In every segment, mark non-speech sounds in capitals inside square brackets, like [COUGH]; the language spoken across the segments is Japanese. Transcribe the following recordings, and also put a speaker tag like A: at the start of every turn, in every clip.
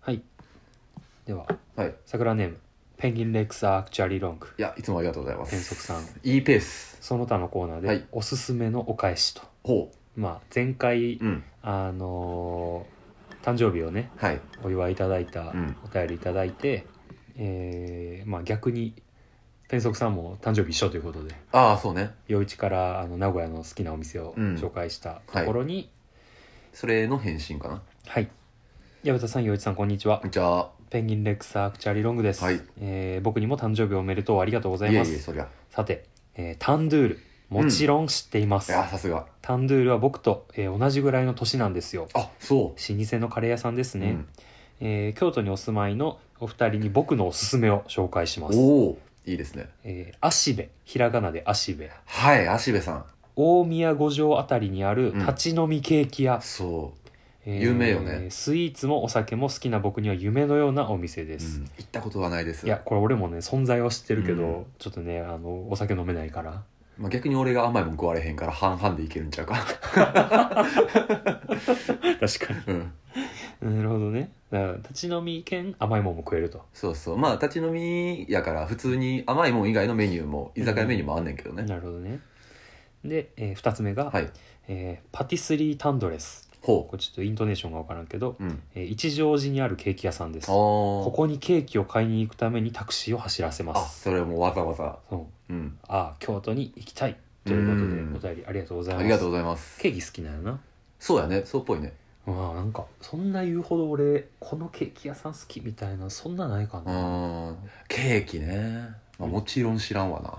A: はいでは
B: はい
A: 桜ネームペンギンレックスアークチャリロング
B: いやいつもありがとうございます
A: 変則さん
B: いいペース
A: その他のコーナーで、
B: はい
A: おすすめのお返しと
B: ほ
A: まあ前回
B: ううん
A: あのー誕生日をね
B: はい
A: お祝いいただいた、
B: うん
A: お便りいただいてえーまあ逆にペンソクさんも誕生日一緒ということで
B: ああそうね
A: 陽一からあの名古屋の好きなお店を
B: うん
A: 紹介したところに、
B: それの返信かな
A: はい矢田さん陽一さんこんにちは
B: こんにちは
A: ペンギンレックスアークチャーリーロングです、
B: はい
A: えー僕にも誕生日おめでとうありがとうご
B: い
A: ざい
B: えいえ
A: ます
B: そりゃ
A: さて、えータンドゥールもちろん知っています、
B: いやさすが
A: タンドゥールは僕と、えー同じぐらいの年なんですよ
B: あそ
A: 老舗のカレー屋さんです
B: う、
A: ね、えー京都にお住まいのお二人に僕のおすすめを紹介し
B: う
A: ま
B: ん、
A: す
B: おおいいですね
A: えー足部ひらがなで足部
B: はい芦部さん
A: 大宮五条あたりにある立ち飲みケーキ屋、
B: そ
A: えー
B: 有名よね
A: スイーツもお酒も好きな僕には夢のようなお店
B: う、
A: で
B: う
A: す、
B: ん、行ったことはないです
A: いやこれ俺もね存在は知ってるけど、
B: うん
A: ちょっとねあのお酒飲めないから
B: まあ、逆に俺が甘いもん食われへんから半々でいけるんちゃうか
A: [LAUGHS] 確か
B: うん
A: になるほどねだから立ち飲み兼甘いもんも食えると
B: そうそうまあ立ち飲みやから普通に甘いもん以外のメニューも居酒屋メニューもあんねんけどね、
A: なるほどねで、え2つ目が、
B: はい
A: えーパティスリータンドレス
B: ほ
A: これちょっとイントネーションが分からんけど、
B: ううん
A: えー一乗寺にあるケーキ屋さんです
B: あ
A: こ
B: ー
A: こにケーキを買いに行くためにタクシーを走らせま
B: あ
A: す
B: それもわざわざ
A: そう
B: うん
A: ああ京都に行きたいという
B: うん
A: ことでお便りありがとうございま
B: あ
A: す
B: りがとうございます
A: ケーキ好きなのな
B: そうやねそうっぽいね
A: まあなんかそんな言うほど俺このケーキ屋さん好きみたいなそんなないか
B: う
A: な、
B: んケーキね、まあ、もちろん知らんわな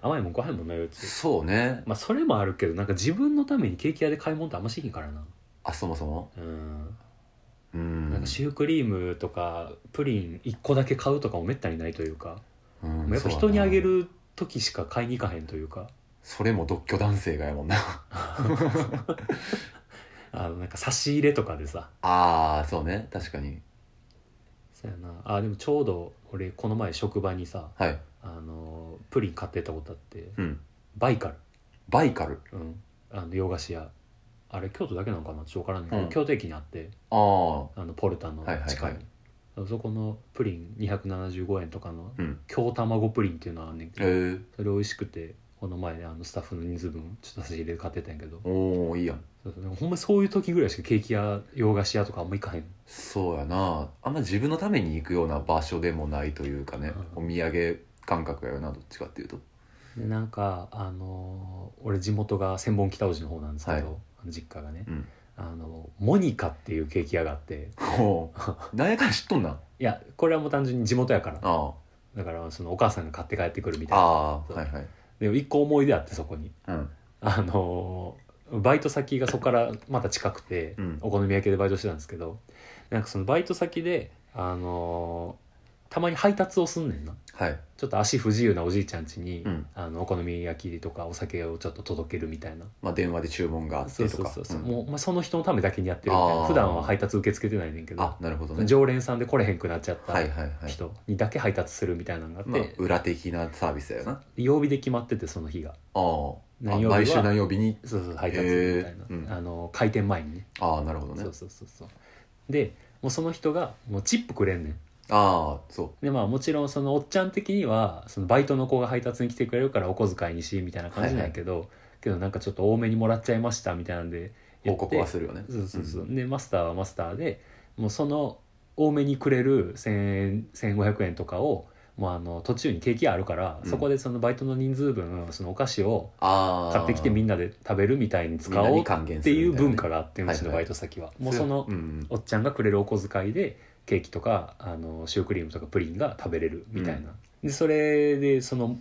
A: 甘いもんご飯もないようち
B: そうね
A: まあそれもあるけどなんか自分のためにケーキ屋で買い物ってあんましひんからな
B: あそもそも
A: うん、
B: うん
A: なんかシュークリームとかプリン1個だけ買うとかもめったにないというか、
B: うん
A: やっぱ
B: そう
A: 人に
B: な
A: あげる時しか買いに行かへんというか
B: それも独居男性がやもんな
A: あのなんか差し入れとかでさ
B: ああそうね確かに
A: そうやなあでもちょうど俺この前職場にさ
B: はい
A: あのプリン買ってたことあって
B: うん
A: バイカル
B: バイカル
A: うん、あの洋菓子屋あれ京都だけなのかなちょっと分からないけど、
B: うん
A: 京都駅にあって
B: ああ
A: あのポルタの
B: はいはいはい
A: 近い,、そこのプリン275円とかの
B: うん
A: 京卵プリンっていうのはねんけ
B: ええ
A: どそれ美味しくてこの前ねあのスタッフの人数分ちょっと差し入れで買ってたんやけど
B: おおいいやん
A: そうそうでもほんまそういう時ぐらいしかケーキ屋洋菓子屋とかあんま行かへん
B: そうやなあんま自分のために行くような場所でもないというかね、
A: うん
B: お土産感覚やよなどっちかっていう [LAUGHS] と
A: でなんかあのー俺地元が千本北大路の方なんですけど、
B: は
A: あの実家がね、
B: うん
A: あのモニカっていうケーキ屋があって
B: ほうなんやかんや知っとんなん
A: いやこれはもう単純に地元やから
B: あ
A: だからそのお母さんが買って帰ってくるみ
B: あ
A: たいな
B: ああはいはい
A: でも一個思い出あってそこに
B: うん
A: あのーバイト先がそこからまた近くて、
B: うん
A: お好み焼き屋でバイトしてたんですけどなんかそのバイト先であのーたまに配達をすんねんな
B: はい
A: ちょっと足不自由なおじいちゃん家に、
B: うん
A: あのお好み焼きとかお酒をちょっと届けるみたいな
B: まあ電話で注文があっ
A: そう
B: て
A: そ
B: と
A: う
B: か
A: そうそう、
B: うん
A: もう、まあ、その人のためだけにやってるみたい
B: あ
A: な
B: ー
A: 普段は配達受け付けてないねんけど
B: あなるほどね
A: 常連さんで来れへんくなっちゃっ
B: はい
A: た
B: はいはい
A: 人にだけ配達するみたいなのがあって、
B: まあ裏的なサービスやよなあ
A: 曜日で決まっててその日が
B: あ
A: 何曜
B: あ
A: 日は
B: 毎週何曜日に
A: そうそう配達みたいな、
B: へーうん
A: あの開店前にね
B: ああなるほどね
A: そうそうそうそうでもうその人がもうチップくれんねん
B: ああそ
A: でまあもちろんそのおっちゃん的にはそのバイトの子が配達に来てくれるからお小遣いにしみたいな感じなんやけど、けどなんかちょっと多めにもらっちゃいましたみたいなんで
B: う
A: 言
B: 報
A: って
B: 告はするよね
A: そうそうそう、
B: ん
A: でマスターはマスターでもうその多めにくれる1,000円1500円とかをもうあの途中にケーキあるから、
B: うん
A: そこでそのバイトの人数分そのお菓子を
B: ああ
A: 買ってきてみんなで食べるみたいに使おうっ
B: って
A: いう文化
B: が
A: があってう
B: はいはい
A: ちのバイト先は、もうその
B: うん
A: おっちゃんがくれるお小遣いでケーキとかあのシュークリームとかプリンが食べれるみたいな、でそれでその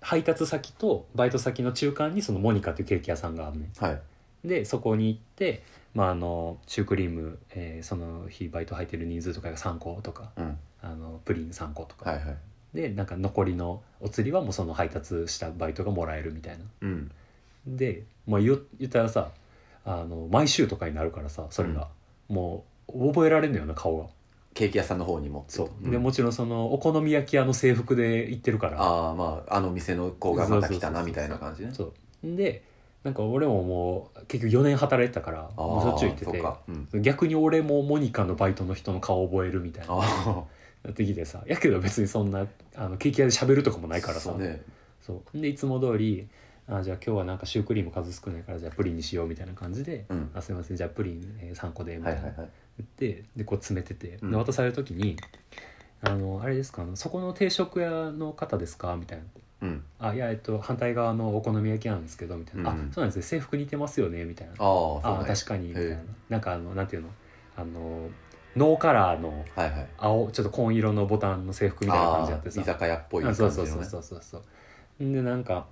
A: 配達先とバイト先の中間にそのモニカというケーキ屋さんがあるねん
B: はい
A: でそこに行って、まあ、あのシュークリーム、えーその日バイト入ってる人数とかが3個とか
B: うん
A: あのプリン3個とか、
B: はいはい
A: でなんか残りのお釣りはもうその配達したバイトがもらえるみたいな
B: うん
A: で、まあ、言言ったらさあの毎週とかになるからさそれが、もう覚えられんのよな顔が
B: ケーキ屋さんの方にも
A: そう、
B: ん
A: でもちろんそのお好み焼き屋の制服で行ってるから
B: ああまああの店の子がまた来たなみたいな感じね
A: そうでなんか俺ももう結局4年働いてたから
B: あ
A: もうしょっちゅう行って
B: そ
A: て
B: うか、うん、
A: 逆に俺もモニカのバイトの人の顔覚えるみたいな
B: あ
A: なってきてさやけど別にそんなあのケーキ屋で喋るとかも
B: あ
A: ないからさ
B: そうね
A: そうでいつも通りあじゃあ今日はなんかシュークリーム数少ないからじゃあプリンにしようみたいな感じで
B: うん
A: 「あすいませんじゃあプリン、えー3個で」み
B: は
A: た
B: い
A: い
B: は
A: ない言
B: はい
A: って、でこう詰めてて、
B: うん
A: で渡される時に「あのあれですかあのそこの定食屋の方ですか?」みたいな
B: うん
A: 「あいやえっと反対側のお好み焼きなんですけど」みたいな「
B: うん
A: あそうなんですね制服似てますよね」みたいな「
B: ああそう
A: あ
B: ね
A: 確かに」みたい
B: へ
A: な
B: え
A: なんかあのなんていうのあのノーカラーの
B: はいはい
A: 青ちょっと紺色のボタンの制服みたいな感じだってさ
B: あー居酒屋っぽい
A: あ
B: 感じ
A: そ
B: の
A: う
B: ね
A: そうそうそうそうそうでなんか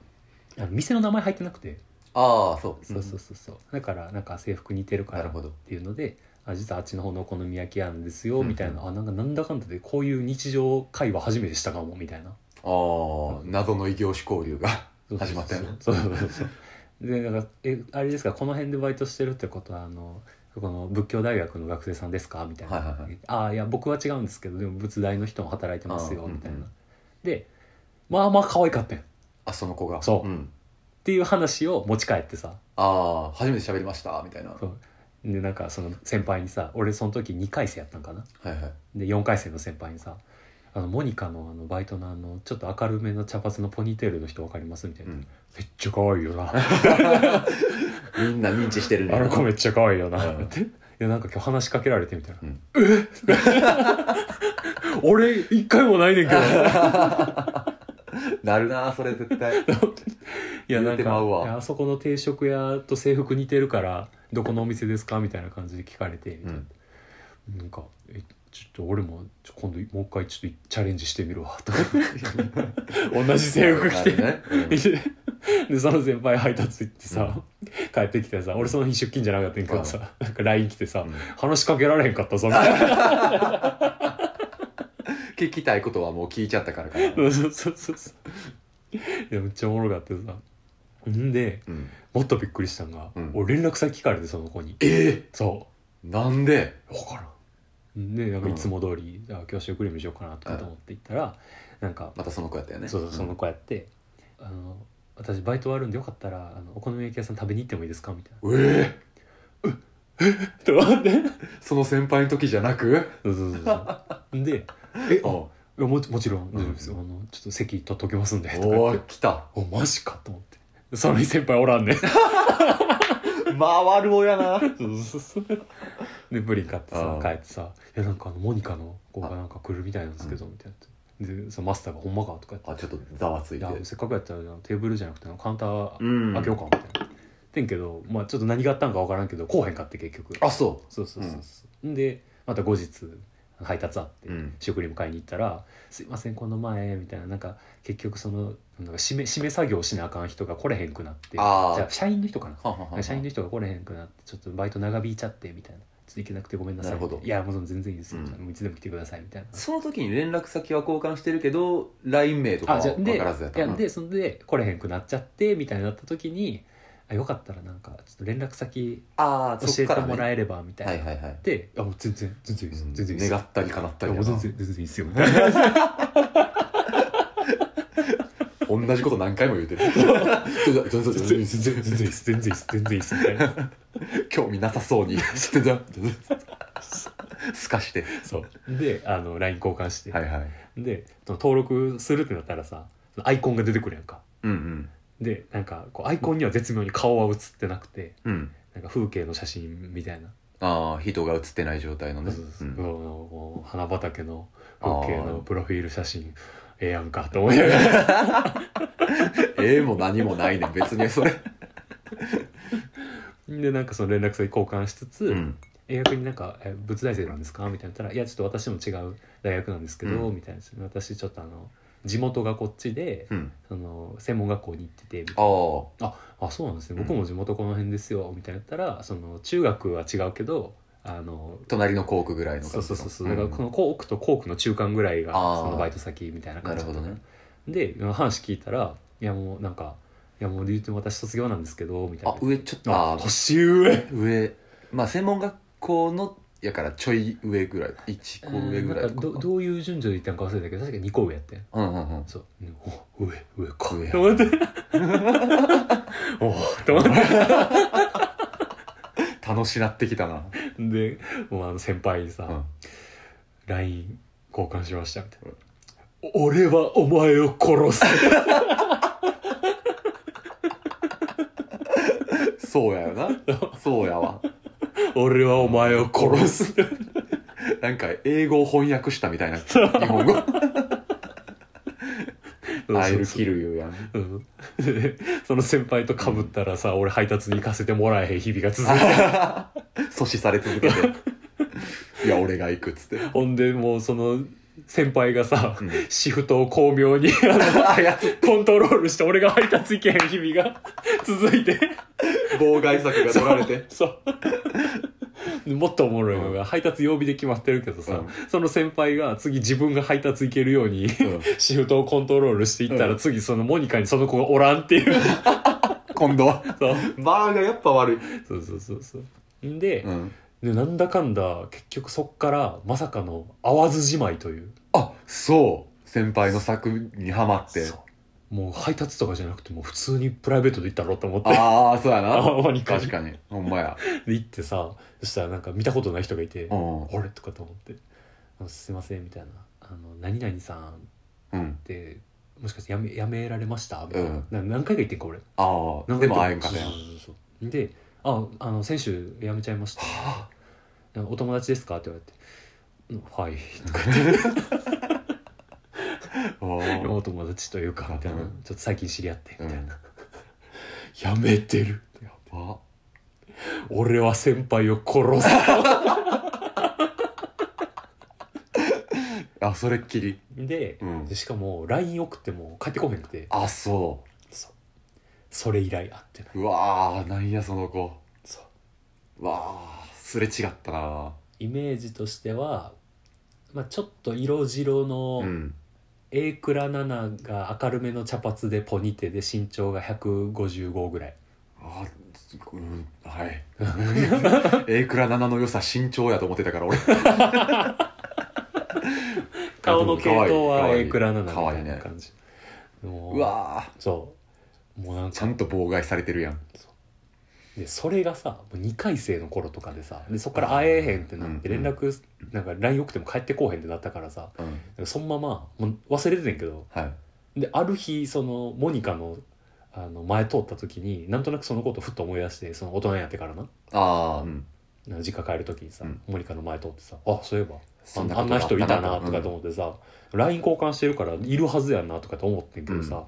A: あの店の名前入ってなくて
B: ああそう
A: そうそうそうそうだからなんか制服似てるか
B: な
A: ら
B: る
A: っ
B: ほど
A: ていうのであ実はあっちの方のお好み焼き屋なんですよ
B: うん
A: みたいな、あなんかなんだかんだでこういう日常会話初めてしたかもみたいな
B: ああ謎の異業種交流が
A: そうそう
B: 始まったよね
A: そうそうそうそうでなんかえあれですかこの辺でバイトしてるってことはあのこの仏教大学の学生さんですかみたいな、
B: はいはいはい
A: あいや僕は違うんですけどでも仏大の人も働いてますよ
B: あー
A: みたいな、
B: うんうん
A: でまあまあ可愛かったよっ
B: あその子が
A: そうんていう話を持ち帰ってさ
B: ああ初めて喋りましたみたいなは
A: そうでなんかその先輩にさ俺その時2回生やったんかない
B: はい
A: で4回生の先輩にさあのモニカのあのバイトのあのちょっと明るめの茶髪のポニーテールの人わかりますみたいな、
B: うん
A: めっちゃ可愛いよな
B: みんな認知してるね
A: あの子めっちゃ可愛いよな
B: うん
A: っていやなんか今日話しかけられてみたいな「
B: うん
A: え [LAUGHS] 俺一回もないねんけど」
B: なるなそれ絶対
A: いやな
B: [LAUGHS] 言
A: ん
B: うてまう
A: か
B: わ
A: いやあそこの定食屋と制服似てるからどこのお店ですかみたいな感じで聞かれて、みたいななんかえちょっと俺もちょ今度もう一回ちょっとチャレンジしてみるわと
B: [LAUGHS]
A: か同じ制服着て、
B: なるねうん
A: でその先輩配達行ってさ、帰ってきてさ俺その日出勤じゃなかったんやけどさ、なんか LINE 来てさ、
B: うん
A: 話しかけられへんかったぞみ [LAUGHS] たいな
B: 聞きたいことはもう聞いちゃったからかな
A: そうそうそうそういやめっちゃおもろかったさんで
B: うん
A: もっとびっくりしたんが、
B: うん
A: 俺連絡先聞かれてその子に
B: え
A: そう
B: ーなんで
A: 分からんでなんかいつも通り、あ今日シュークリームしようかなとかと思って行ったら、なんか、
B: またその子やったよね
A: そうそうその子やって、あの私バイト終わるんでよかったらあのお好み焼き屋さん食べに行ってもいいですかみ [LAUGHS] たい
B: うんえ
A: なと思って
B: ーその先輩の時じゃなく
A: そうそうそうそうで「えあ
B: お
A: いやもちもちろん大丈夫ですよ、
B: うん
A: あのちょっと席取っときますんで」とか言っ
B: お
A: て
B: ー来た
A: おマジかと思ってその日先輩おらんねん [LAUGHS] そ
B: 回る親な
A: うそうそうでプリン買ってさ
B: あー
A: 帰ってさ「いやなんかあのモニカの子がなんか来るみたいなんですけど」みたいなでそのマスターが「ほんまか?」とか言って
B: あちょっとざわつい
A: い
B: て
A: やせっかくやったらテーブルじゃなくてカウンター
B: ん
A: 開けようかみたいな、てんけど、まあ、ちょっと何があったんか分からんけどこうへんかって結局
B: あそ
A: そうそうそうそう、ん、でまた後日配達あって、
B: ううん
A: 食に迎えに行ったら「すいませんこの前」みたいななんか結局そのなんか締め締め作業しなあかん人が来れへんくなってじ
B: あー
A: ゃあ社員の人かな
B: はんはんはんはん
A: 社員の人が来れへんくなってちょっとバイト長引いちゃってみたいな「ちょっと行けなくてごめんなさい」
B: なるほど
A: いやもう全然いいですよ」
B: うん
A: みたいなもういつでも来てください」みたいな
B: その時に連絡先は交換してるけど LINE 名とか
A: あ
B: は
A: じゃあ
B: 分
A: で
B: からずやっ
A: い
B: た
A: や
B: な
A: でそんで来れへんくなっちゃってみたいになった時にあよかったらなんかちょっと連絡先
B: ああ
A: 教
B: そ
A: え
B: っか
A: て
B: ら
A: もら
B: ね
A: えればみたいな、
B: はいはいはい
A: であもう全然全然いいです、全然いいです
B: 願ったり叶ったり
A: いや
B: や
A: もう
B: な
A: 全然全然いいっすよみ [LAUGHS] たいな
B: 同じこと何回も言うてる
A: [LAUGHS]
B: 全然全
A: 全然い
B: 然
A: いっ
B: 全
A: す
B: 然
A: 全然いいっす全然いいっす全然いいっすみたいな
B: 興味なさそうに全然全然すかして
A: そうであの LINE 交換して、
B: はいはい
A: でその登録するってなったらさそのアイコンが出てくるやんか
B: うんうん
A: でなんかこうアイコンには絶妙に顔は映ってなくて
B: うん
A: なんか風景の写真みたいな
B: ああ人が写ってない状態のね
A: そうそうそう
B: うん
A: もう花畑の風景のプロフィール写真ええやんかと思いな
B: [LAUGHS]
A: がら
B: 絵も何もないねん別にそれ
A: でなんかその連絡先交換しつつ、
B: うん
A: え逆になんか「え仏大生なんですか?」みたいな言ったら「いやちょっと私も違う大学なんですけど」
B: うん
A: みたいな私ちょっとあの地元がこっちで
B: うん
A: その専門学校に行っててみたい
B: ああ
A: なあそうなんですね
B: うん
A: 僕も地元この辺ですよ」みたいな言ったらその中学は違うけどあの
B: 隣の校区ぐらいの
A: そうそうそうそう、
B: ん
A: だからこの校区と校区の中間ぐらいが
B: あー
A: そのバイト先みたいな
B: な
A: 感
B: る
A: じだ
B: ほ
A: った
B: ど
A: から
B: ね
A: で話聞いたら「いやもうなんかいやもう言うても私卒業なんですけど」みたい
B: あ
A: な
B: 上ちょっと
A: あ
B: あー
A: 年上
B: 上まあ専門学校のやからちょい上ぐらい1個上ぐらい
A: なんか
B: と
A: ど
B: かか
A: どういう順序で言ったのか忘れたけど確か2個上やってん
B: うんうんうん
A: そううんお上上
B: [LAUGHS]
A: か
B: 上
A: と思っておおと思って
B: 楽しなってきたな、
A: でもうあの先輩にさ、
B: うん、
A: LINE 交換しましたみたいな、お俺はお前を殺す
B: そうやよ
A: [LAUGHS]
B: なそうやわ
A: 俺はお前を殺す
B: [LAUGHS] なんか英語を翻訳したみたいな日本語「アイルキルユやん
A: うんでその先輩とかぶったらさ、俺配達に行かせてもらえへん日々が続いて
B: 阻止され続けて「いや俺が行く」っつって、 [LAUGHS]
A: ほんでもうその先輩がさ、
B: うん、
A: シフトを巧妙に [LAUGHS] あの
B: 操っ
A: コントロールして俺が配達行けへん日々が [LAUGHS] 続いて
B: 妨害策が取ら
A: [LAUGHS]
B: れて
A: そうもっとおもろいのが、配達曜日で決まってるけどさ、
B: うん
A: その先輩が次自分が配達行けるように [LAUGHS]
B: うん
A: シフトをコントロールしていったら、
B: うん
A: 次そのモニカにその子がおらんっていう
B: 今度は
A: そう
B: バーがやっぱ悪い、
A: そうそうそうそうで、
B: うん、
A: でなんだかんだ結局そっからまさかの会わずじまいという
B: あそう先輩の策にはまって
A: そうもう配達とかじゃなくてもう普通にプライベートで行ったろと思って
B: ああそうや
A: あ
B: な
A: モニカに
B: 確かにほんまや
A: で行ってさそしたらなんか見たことない人がいて「
B: う
A: あ
B: ん
A: れ?」とかと思って「あのすいません」みたいな「あの何々さんっ
B: うん
A: てもしかしてやめやめられました?」みたいな,
B: うん
A: な、何回か言ってんか俺
B: ああ
A: 何回
B: で
A: か
B: もああいうんかね
A: そうそうそうそうで「ああの先週やめちゃいました」
B: は
A: お友達ですか?」って言われてうん「はい」とか
B: ああ
A: お友達というかみたいな、
B: うん
A: ちょっと最近知り合ってみたいな、
B: うん
A: [LAUGHS] やめてる
B: あ
A: 俺は先輩を殺す
B: [LAUGHS] あそれっきり
A: で
B: うん
A: でしかも LINE 送っても帰ってこへんくて
B: あそ
A: そうそれ以来会ってないう
B: うわあなんやその子
A: そう
B: わあすれ違ったな
A: イメージとしては、まあ、ちょっと色白の
B: うん、
A: A クラ7が明るめの茶髪でポニテで身長が155ぐらい
B: あうんはい [LAUGHS] A クラ7の良さ身長やと思ってたから俺
A: 顔の系統
B: 可
A: は
B: 愛い
A: A クラ7み
B: 可愛
A: た
B: い
A: いな
B: ね
A: 感じも
B: うわあ
A: そうもうなんか
B: ちゃんと妨害されてるやん
A: でそれがさもう2回生の頃とかでさでそっから会えへんってなって
B: う
A: 連
B: んうん
A: 絡、なんか LINE 送っても帰ってこうへんってなったからさ
B: うん
A: なんかそのままもう忘れててんけど
B: はい
A: である日そのモニカのあの前通った時になんとなくそのことふっと思い出してその大人になってからな
B: ああうん
A: なんか実家帰る時にさ、
B: うん
A: モニカの前通ってさあそういえばあん
B: こ
A: な
B: と
A: あんな人いたなとかと
B: うん
A: 思ってさ、LINE 交換してるからいるはずやなとかと思ってんけどさ、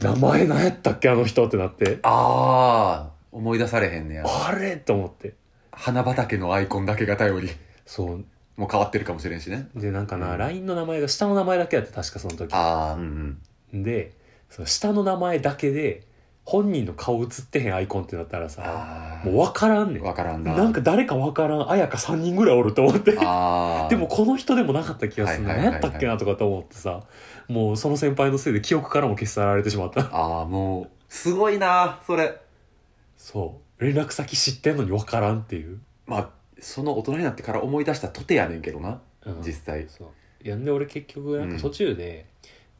A: 名前何やったっけあの人ってなって
B: ああ思い出されへんねや
A: あれと思って
B: 花畑のアイコンだけが頼り
A: そう
B: もう変わってるかもしれんしね
A: でなんかな、
B: うん
A: LINE の名前が下の名前だけやって確かその時
B: ああうん
A: でその下の名前だけで本人の顔映ってへんアイコンってなったらさ
B: ああ
A: もう分からんねん
B: わからんな
A: なんか誰か分からん綾香3人ぐらいおると思って
B: あ
A: [LAUGHS]
B: あ
A: でもこの人でもなかった気がする
B: は
A: ない何
B: はいはい
A: や
B: はい
A: ったっけなとかと思ってさもうその先輩のせいで記憶からも消し去られてしまった
B: ああもうすごいなそれ
A: そう連絡先知ってんのに分からんっていう、
B: まあその大人になってから思い出したとてやねんけどな
A: うん
B: 実際
A: そういやんで俺結局なんか途中で、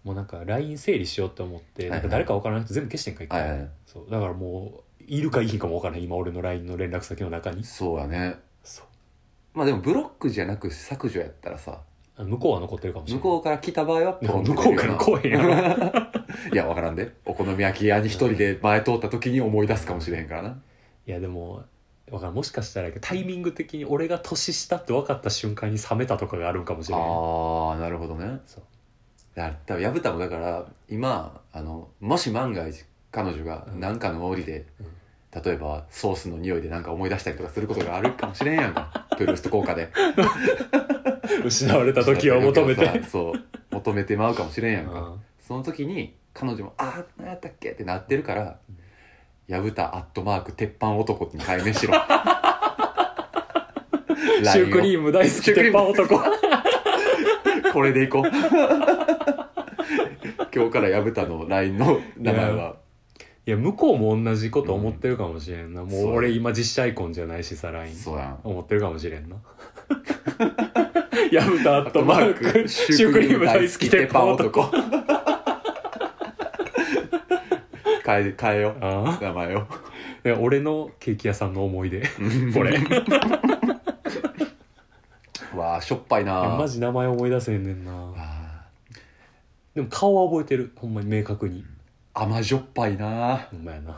A: もうなんか LINE 整理しようって思って、
B: い
A: なんか誰か分からん人全部消してんか一回、
B: はいはいはい
A: そうだからもういるかいいんかも分からん今俺の LINE の連絡先の中に
B: そうやね
A: そう
B: まあでもブロックじゃなく削除やったらさ
A: あ向こうは残ってるかもしれ
B: 向
A: ない
B: こうから来た場合はポンって
A: 向こう
B: 出
A: から
B: るよ
A: 来
B: な
A: いや
B: [LAUGHS] いやわからんでお好み焼き屋に一人で前通った時に思い出すかもしれへんからない
A: やでも分からんもしかしたらやけどタイミング的に俺が年下って分かった瞬間に冷めたとかがあるんかもしれない
B: ああなるほどね
A: そう
B: だから薮田もだから今あのもし万が一彼女が
A: うん
B: 何かの折で、
A: うん
B: 例えばソースの匂いで何か思い出したりとかすることがあるかもしれんやんかプルースト効果で
A: 失われ [LAUGHS] た時を求めて
B: さ [LAUGHS] そう求めてまうかもしれんやんか
A: あ
B: その時に彼女も「ああ何やったっけ?」ってなってるから「薮田アットマーク鉄板男」に改名しろ
A: [LAUGHS] ーシュークリ
B: ー
A: ーム大好
B: シュ
A: き
B: ークリ
A: 鉄
B: ーム
A: 板男
B: ム [LAUGHS] これでいこう [LAUGHS] 今日から薮田の LINE の名前は
A: いや向こうも同じこと思ってるかもしれんな、もう俺今実写アイコンじゃないしさライン
B: そうやん
A: 思ってるかもしれんなヤブタアットマークシ
B: シュ
A: ューク
B: ーク
A: リ
B: リ
A: ー
B: ー
A: ム
B: ム
A: 大
B: 大
A: 好
B: 好
A: き
B: き
A: 鉄
B: 鉄
A: 板
B: 板
A: 男
B: 男変え変えよ
A: あ
B: う名前を
A: あいや俺のケーキ屋さんの思い
B: [LAUGHS]
A: 出これい
B: わあしょっぱい
A: や
B: な
A: マジ名前思い出せんねんな
B: あ
A: でも顔は覚えてるほんまに明確に
B: ー甘じょっぱいな
A: ほんまや
B: [LAUGHS]
A: な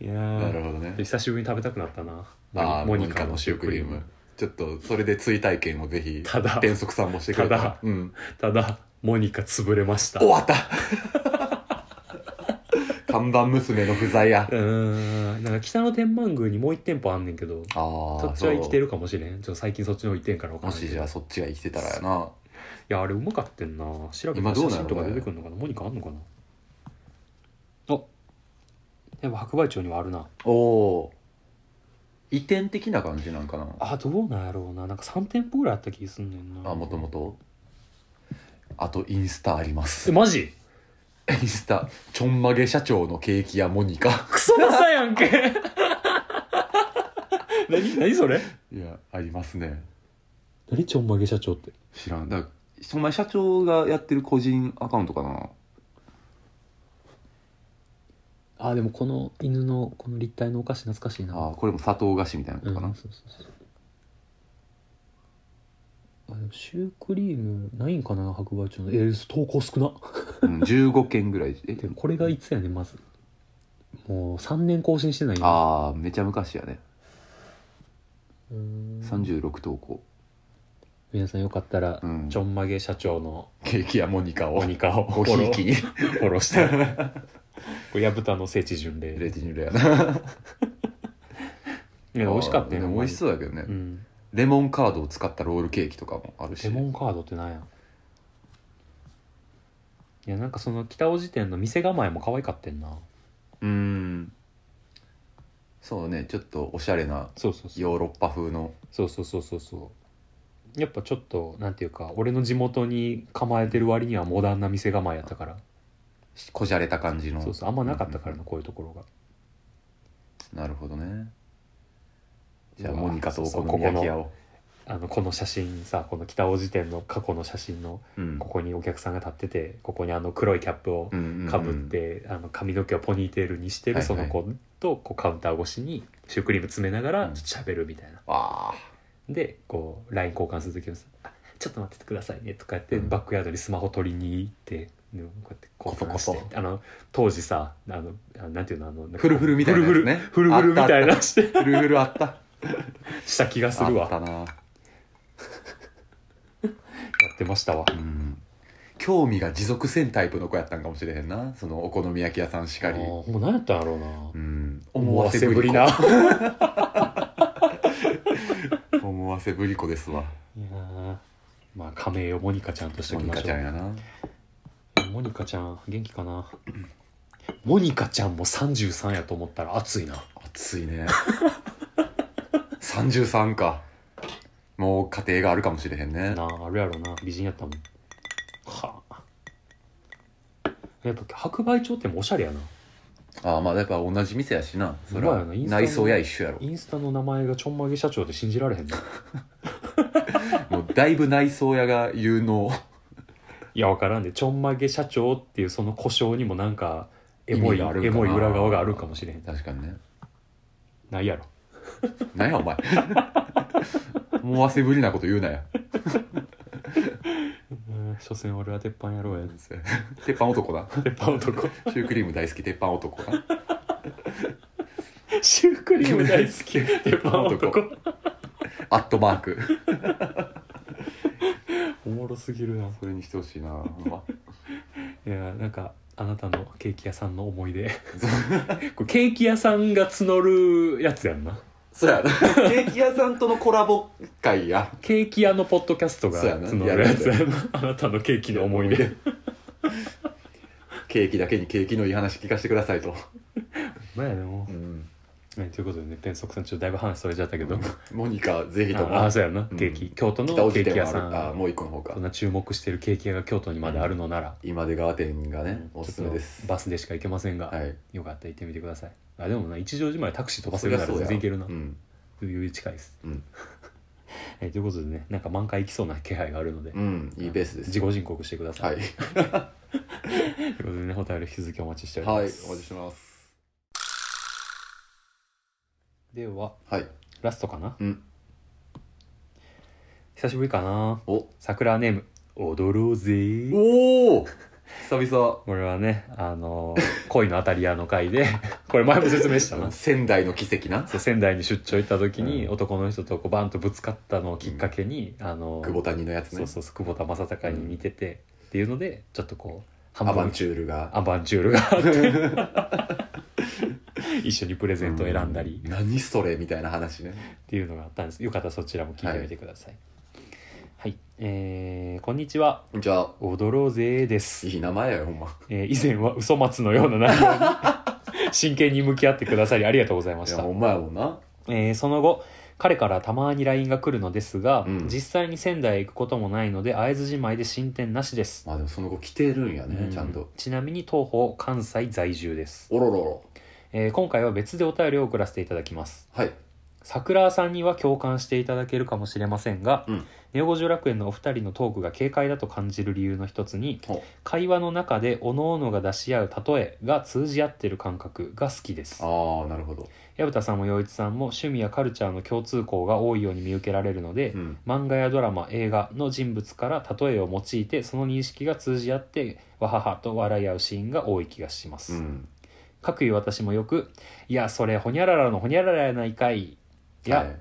A: いや
B: なる
A: ー
B: ほどね
A: 久しぶりに食べたくなったな
B: あー
A: モニカのシュークリーム
B: ちょっとそれで追体験をぜひ
A: ただ
B: 転足さんもしてくれ
A: ただ
B: うん、
A: ただモニカ潰れました
B: 終わった看板娘の不在や
A: うーんなんか北の天満宮にもう一店舗あんねんけど
B: あー
A: そっちは生きて
B: る
A: るかもしれんちょっと最近そっちの方行ってんから分か
B: も
A: んないけ
B: し
A: ど
B: じゃあそっちが生きてたらやない
A: やあれうまかってんな調べた
B: 今
A: ら
B: ど
A: 写
B: うなの
A: 真とか出てくるのかなモニカあんのかなあやっぱ白梅町にはあるな
B: おおー移転的な感じなんかな
A: あどうなんやろうななんか3店舗ぐらいあった気すんねんな
B: あもともとあとインスタありま
A: え
B: す
A: マジ
B: インスタちょんまげ社長のケーキ屋モニカ
A: クソダサやんけ何何それ
B: いやありますね
A: 何ちょんまげ社長って
B: 知らんだからその前社長がやってる個人アカウントかな
A: あでもこの犬のこの立体のお菓子懐かしいな
B: あーこれも砂糖菓子みたいなことかな、
A: うんそうそうそうあでもシュークリームないんかな白馬町のえー、投稿少な
B: うん、15件ぐらいえ
A: でもこれがいつやねんまずもう3年更新してないよ
B: ああめちゃ昔やね
A: うーん
B: 36投稿、
A: 皆さんよかったら、
B: うん
A: ちょんまげ社長の
B: ケーキ屋モニカを
A: モニカをフ
B: ご
A: ォロ
B: ひ
A: ー
B: いきに
A: フォローしてこれ矢蓋の聖地巡礼
B: レティニュルやな
A: 美味しかった
B: ね
A: よ
B: 美味しそうだけどね、
A: うん
B: レモンカードを使ったロールケーキとかもあるし
A: レモンカードってなんやいやなんかその北尾辞典の店構えも可愛かってんな
B: うんそうねちょっとおしゃれな
A: そうそうそう
B: ヨーロッパ風の
A: そうそうそうそうそうやっぱちょっとなんていうか俺の地元に構えてる割にはモダンな店構えやったから、
B: こじゃれた感じの
A: そうそうあんまなかったから
B: うん
A: な、こういうところが
B: なるほどねじゃあ
A: うわ
B: モニカとお
A: そうそう
B: 好み焼き屋を
A: あのこの写真さこの北尾辞典の過去の写真の
B: うん
A: ここにお客さんが立っててここにあの黒いキャップを
B: うんうんうん
A: かぶって、あの髪の毛をポニーテールにしてる
B: はいは
A: そ
B: い
A: の子とこうカウンター越しにシュークリーム詰めなが
B: う
A: ら
B: ん
A: ちょっと喋るみたいな、
B: あ
A: でこう LINE 交換する時もさあ「ちょっと待っててくださいね」とかやって、
B: うん
A: バックヤードにスマホ取りに行ってでこうやって交換して
B: こそこ
A: あの当時さあのあなんていうのあの
B: フルフルみたいなやつね
A: フルフルフルフルみたいなして
B: あフルフルあった
A: した気がするわ
B: あ
A: や
B: ったな
A: ってましたわ
B: うん興味が持続せんタイプの子やったんかもしれへんなそのお好み焼き屋さんしかり、
A: あーほんま何やったんやろうな
B: うん、
A: 思わせぶりないや
B: 子思わせぶり子ですわ
A: ーまあ仮名をモニカちゃんとしてお
B: モ
A: き
B: ニ
A: ま
B: カ
A: し
B: ち
A: ょ
B: ゃ
A: うん
B: やな
A: モニカちゃん元気かなモニカちゃんも33やと思ったら熱いな
B: 暑いね33かもう家庭があるかもしれへんね
A: なああるやろな美人やったもんはあやっぱ白梅町ってもおしゃれやな
B: ああまあやっぱ同じ店やしなそれ
A: まあ
B: は
A: やなインスタの
B: 内装や一緒やろ
A: インスタの名前がちょんまげ社長で信じられへん [LAUGHS] な
B: もうだいぶ内装屋が有能
A: いやわからんでちょんまげ社長っていうその故障にもなんかエモい
B: 意味があるかな
A: エモい裏側があるかもしれへん
B: 確かにね
A: ないやろ
B: なんやお前 [LAUGHS] 思わせぶりなこと言うなや
A: うん所詮俺は鉄板野 [LAUGHS] 郎や
B: 鉄板男な
A: 鉄板男
B: シュークリーム大好き鉄板男な
A: シュークリーム大好き鉄板
B: 鉄
A: 男
B: 板アットマーク
A: おもろすぎるな
B: それにしてほしいなほんま
A: いやなんかあなたのケーキ屋さんの思い出 [LAUGHS] これケーキ屋さんが募るやつやんな
B: そ
A: [LAUGHS]
B: うやなケーキ屋さんとのコラボ会や
A: ケーキ屋のポッドキャストが
B: そうやな
A: 募るやつやなあなたのケーキの思い
B: [LAUGHS]
A: 出
B: ケーキだけにケーキのいい話聞かせてくださいと、
A: まあでも
B: うん、
A: はい、ということでねペンソクさんちょっとだいぶ話それちゃったけど、
B: モニカぜひとも
A: ああそうやな、
B: うん
A: ケーキ京都の
B: 北大
A: ケ
B: 路
A: ーキ屋
B: 店もあ
A: さ
B: るあ
A: ん
B: もう一個の方か
A: そんな注目してるケーキ屋が京都にまであるのなら、
B: 今出川店がねおすすめで
A: ちょっと
B: す
A: バスでしか行けませんが、
B: はい
A: よかったら行ってみてくださいあでもな一乗寺までタクシー飛ばせるなら全然行けるな
B: うん
A: 余裕近いです、
B: うん
A: [LAUGHS] えということでねなんか満開行きそうな気配があるので、
B: うんいいペースです
A: 自己申告してくださ、
B: はいい
A: ということでねお便り引き続きお待ちしており
B: はいお
A: ま
B: 待
A: す、
B: ちしてます
A: では
B: はい
A: ラストかな
B: うん
A: 久しぶりかな
B: お
A: 桜ネーム踊ろうぜ
B: おお久々 [LAUGHS]
A: これはねあのー恋の当たり屋の会で [LAUGHS] これ前も説明したな
B: [LAUGHS] 仙台の奇跡な
A: そう仙台に出張行った時に、
B: う
A: 男の人とこうバンとぶつかったのをきっかけに、あのー
B: 久保谷のやつ
A: そ
B: ね
A: うそうそう久保田正孝に似てて、っていうのでちょっとこう半
B: アバン
A: ュ
B: チュールが
A: アバンチュールがあ [LAUGHS]
B: [LAUGHS]
A: って一緒にプレゼントを選んだり、
B: うん何それみたいな話ね
A: っていうのがあったんですよかったらそちらも聞いてみてくださいはい、えーこんにちは
B: じゃあ
A: 踊ろうぜーです、
B: いい名前やよほんま
A: えー以前は嘘松のような内
B: [LAUGHS]
A: 容に真剣に向き合ってくださりありがとうございま
B: い
A: し
B: や
A: た
B: ほ、んまやもんな
A: えーその後彼からたまに LINE が来るのですが、
B: うん
A: 実際に仙台へ行くこともないので会津じまいで進展なしです、
B: まあでもその後来てるんやねちゃん
A: う
B: と
A: ちなみに東方関西在住です、
B: おろろろ
A: えー今回は別でお便りを送らせていただきます
B: はい
A: 桜さんには共感していただけるかもしれませんが、
B: うん
A: ネオ五条楽園のお二人のトークが軽快だと感じる理由の一つに
B: ほ
A: 会話の中で各々が出し合う例えが通じ合ってる感覚が好きです
B: ああなるほど
A: 矢蓋さんも陽一さんも趣味やカルチャーの共通項が多いように見受けられるので、
B: うん
A: 漫画やドラマ映画の人物から例えを用いてその認識が通じ合ってわははと笑い合うシーンが多い気がします、
B: うん
A: かくいう私もよく「いやそれほにゃららのほにゃららやないかい」いや、
B: はい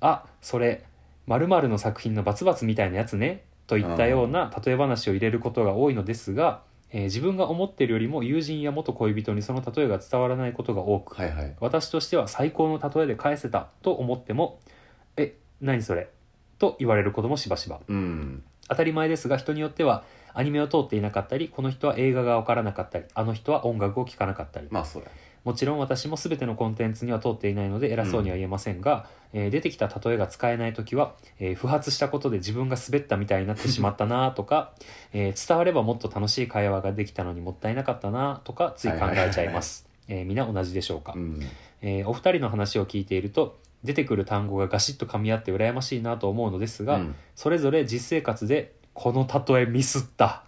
A: あそれ〇〇の作品のバツバツみたいなやつねといったような例え話を入れることが多いのですが、えー自分が思ってるよりも友人や元恋人にその例えが伝わらないことが多く、
B: はいはい
A: 私としては最高の例えで返せたと思っても「え何それ?」と言われることもしばしば
B: うん
A: 当たり前ですが人によってはアニメを通っていなかったりこの人は映画が分からなかったりあの人は音楽を聴かなかったり
B: まあそうや
A: もちろん私も全てのコンテンツには通っていないので偉そうには言えませんが、えー出てきた例えが使えない時は、えー不発したことで自分が滑ったみたいになってしまったなとか、えー伝わればもっと楽しい会話ができたのにもったいなかったなとかつい考えちゃいます。えー皆同じでしょうか、
B: うん
A: えーお二人の話を聞いていると出てくる単語がガシッと噛み合って羨ましいなと思うのですが、
B: うん
A: それぞれ実生活で「この例えミス [LAUGHS] った」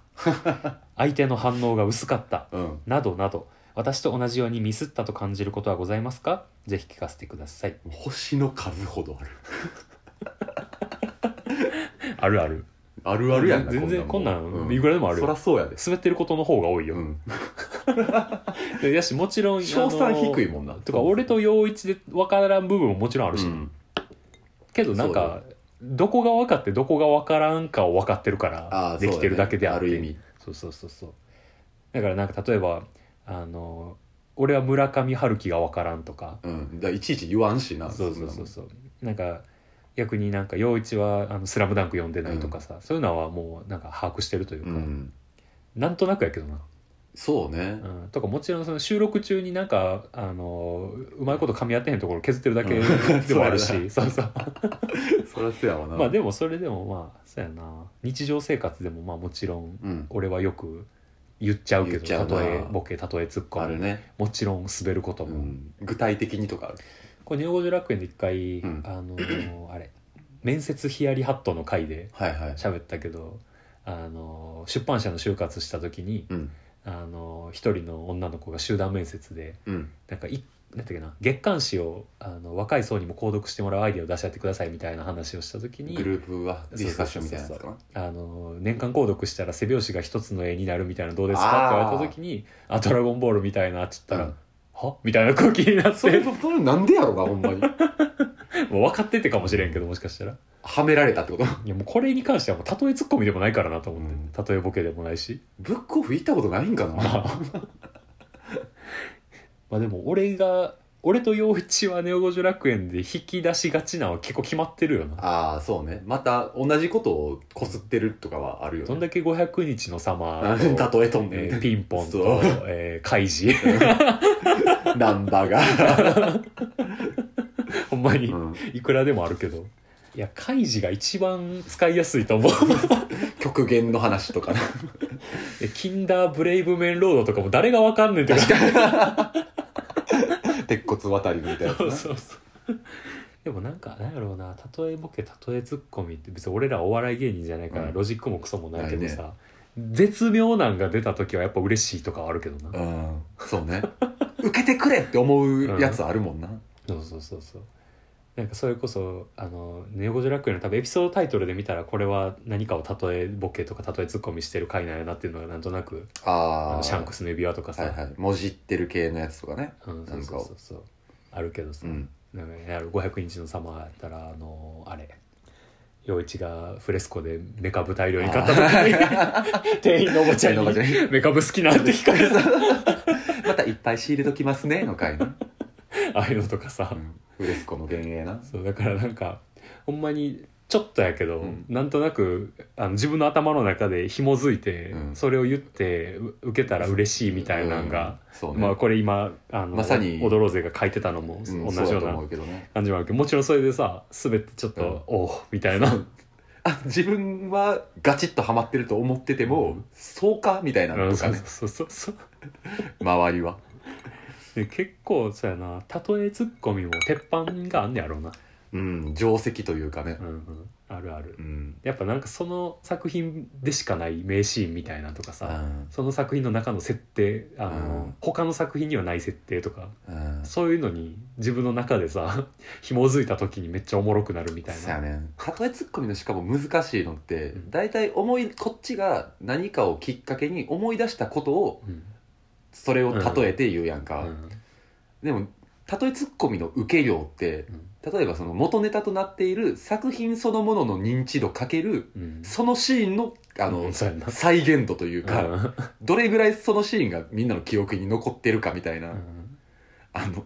A: 「相手の反応が薄かった」
B: うん
A: などなど私と同じようにミスったと感じることはございますかぜひ聞かせてください
B: 星の数ほどある
A: あるある
B: あるあるやんな
A: 全然こんなん
B: も
A: いくらでもあるよ
B: そらそうやで
A: 滑ってることの方が多いよ、
B: うん
A: でやしもちろん
B: 賞賛低い
A: ん
B: もんな
A: とか俺と陽一で分からん部分ももちろんあ
B: う
A: るし、
B: ん
A: けどなんかどこが分かってどこが分からんかを分かってるか
B: あ
A: ら
B: ー
A: できてるだけであって
B: そうやねある意味
A: そうそうそうそうだからなんか例えばあの俺は村上春樹が分からんとか
B: うんだからいちいち言わんしな
A: そうそうそうそうなんか逆になんか陽一は「あのスラムダンク読んでないとかさ、そういうのはもうなんか把握してるというか、
B: うん
A: なんとなくやけどな、
B: そうね
A: うん、とかもちろんその収録中になんかあのうまいこと噛み合ってへんところ削ってるだけ
B: うん
A: でもあるし、
B: そうやな
A: そうそう
B: そらそうやわな
A: まあでもそれでもまあそうやな日常生活でもまあもちろん
B: うん
A: 俺はよく言っちゃうけ
B: 言っちゃう
A: ど
B: な
A: 例えボケ例えツッコ
B: あ
A: ミ、
B: るね
A: もちろん滑ること
B: う
A: も、
B: ん具体的にとかある
A: これ「ネオゴジ楽園」で一回、
B: うん
A: あのあれ面接ヒヤリハットの回で
B: はいはい
A: 喋ったけどあの出版社の就活した時に
B: うん
A: あの一人の女の子が集団面接で
B: うん
A: なんかいなんていうかな月刊誌をあの若い層にも購読してもらうアイデアを出し合ってくださいみたいな話をした時に
B: グループはディスカッションみたいなやつ
A: そ
B: かな
A: あの年間購読したら背表紙が一つの絵になるみたいなどうですかって言われた時に「あドラゴンボール」みたいなって言ったら「
B: うん
A: はみたいな空気になっ
B: そ
A: て
B: れそれなんでやろう
A: [LAUGHS]
B: なほんまに
A: もう分かっててかもしれんけどもしかしたら
B: はめられたってこと
A: いやもうこれに関してはもう例えツッコミでもないからなと思
B: うん
A: って、例えボケでもないし
B: ブックオフ行ったことないん
A: [LAUGHS]
B: か
A: ま
B: な
A: あまあでも俺が俺と陽一はネオ五条楽園で引き出しがちなのは結構決まってるよな
B: ああそうねまた同じことをこすってるとかはあるよ
A: どん
B: ね
A: だけ500日の様
B: あ例えとんね
A: え
B: ん
A: ーピンポン
B: そう
A: と、
B: [LAUGHS]
A: えー、カイジ
B: なんだが、
A: ほんまに、
B: うん
A: いくらでもあるけどいやカイジが一番使いやすいと思う [LAUGHS]
B: 極限の話とかな
A: えキンダーブレイブメンロードとかも誰がわかんねんって感じ
B: 鉄骨渡りみたいなやつ
A: そう
B: な
A: そうそう [LAUGHS] でもなんかなんやろうな例えボケ例えツッコミって別に俺らお笑い芸人じゃないから、
B: うん
A: ロジックもクソもないけど
B: な
A: さ、絶妙なんが出た時はやっぱ嬉しいとかはあるけどな、
B: うんそうね受けてくれって思うやつあるもんな、
A: そうそうそうそうなんかそれこそ「あのネオゴジラクエ」の多分エピソードタイトルで見たらこれは何かを例えボケとか例えツッコミしてる回なんやなっていうのがなんとなくあ
B: あ
A: の
B: あ
A: シャンクスの指輪とかさ、
B: はいはいもじってる系のやつとかね
A: うん、そうそうそうそうあるけどさ、
B: うん
A: なんかやる500日の様やったらあのあれ陽一がフレスコでメカブ大量に買った時に店員のおばちゃん
B: 店員のおばちゃん
A: に「メカブ好きなん?」て聞かれた
B: またいっぱい仕入れときますねの回ね、
A: ああいうのとかさ、
B: うん、フレスコの幻影な
A: そうだからなんかほんまにちょっとやけど、
B: うん
A: なんとなくあの自分の頭の中で紐づいて、
B: うん
A: それを言ってう受けたら嬉しいみたいなのが、
B: うんそうね、
A: まあこれ今あの
B: まさに
A: 踊ろうぜ」が書いてたのも
B: うん
A: 同
B: そう
A: じよ
B: だ
A: う
B: と
A: な
B: 思うけどね
A: 感じもあるけどもちろんそれでさ滑ってちょっと「おう」みたいな。
B: あ自分はガチッとハマってると思ってても、そうかみたいなのとかね
A: そうそうそうそう
B: 周りは
A: で結構そうやな例えツッコミも鉄板があんねやろうな、
B: うん定石というかね
A: うんうん、あるある
B: うん、
A: やっぱなんかその作品でしかない名シーンみたいなとかさ
B: う
A: その作品の中の設定あの、
B: うん
A: 他の作品にはない設定とか
B: んうん
A: そういうのに自分の中でさ [LAUGHS] 紐づいた時にめっちゃおもろくなるみたい
B: そう
A: な
B: やね例えツッコミのしかも難しいのって
A: うん
B: 大体、思いこっちが何かをきっかけに思い出したことを
A: うん
B: それを例えて言うやんか、
A: うん
B: でも例えツッコミの受け量って
A: うん
B: 例えばその元ネタとなっている作品そのものの認知度かける
A: うん
B: そのシーンのあの、
A: うんそうやな
B: 再現度というか、
A: うん
B: どれぐらいそのシーンがみんなの記憶に残ってるかみたいな、
A: うん
B: あの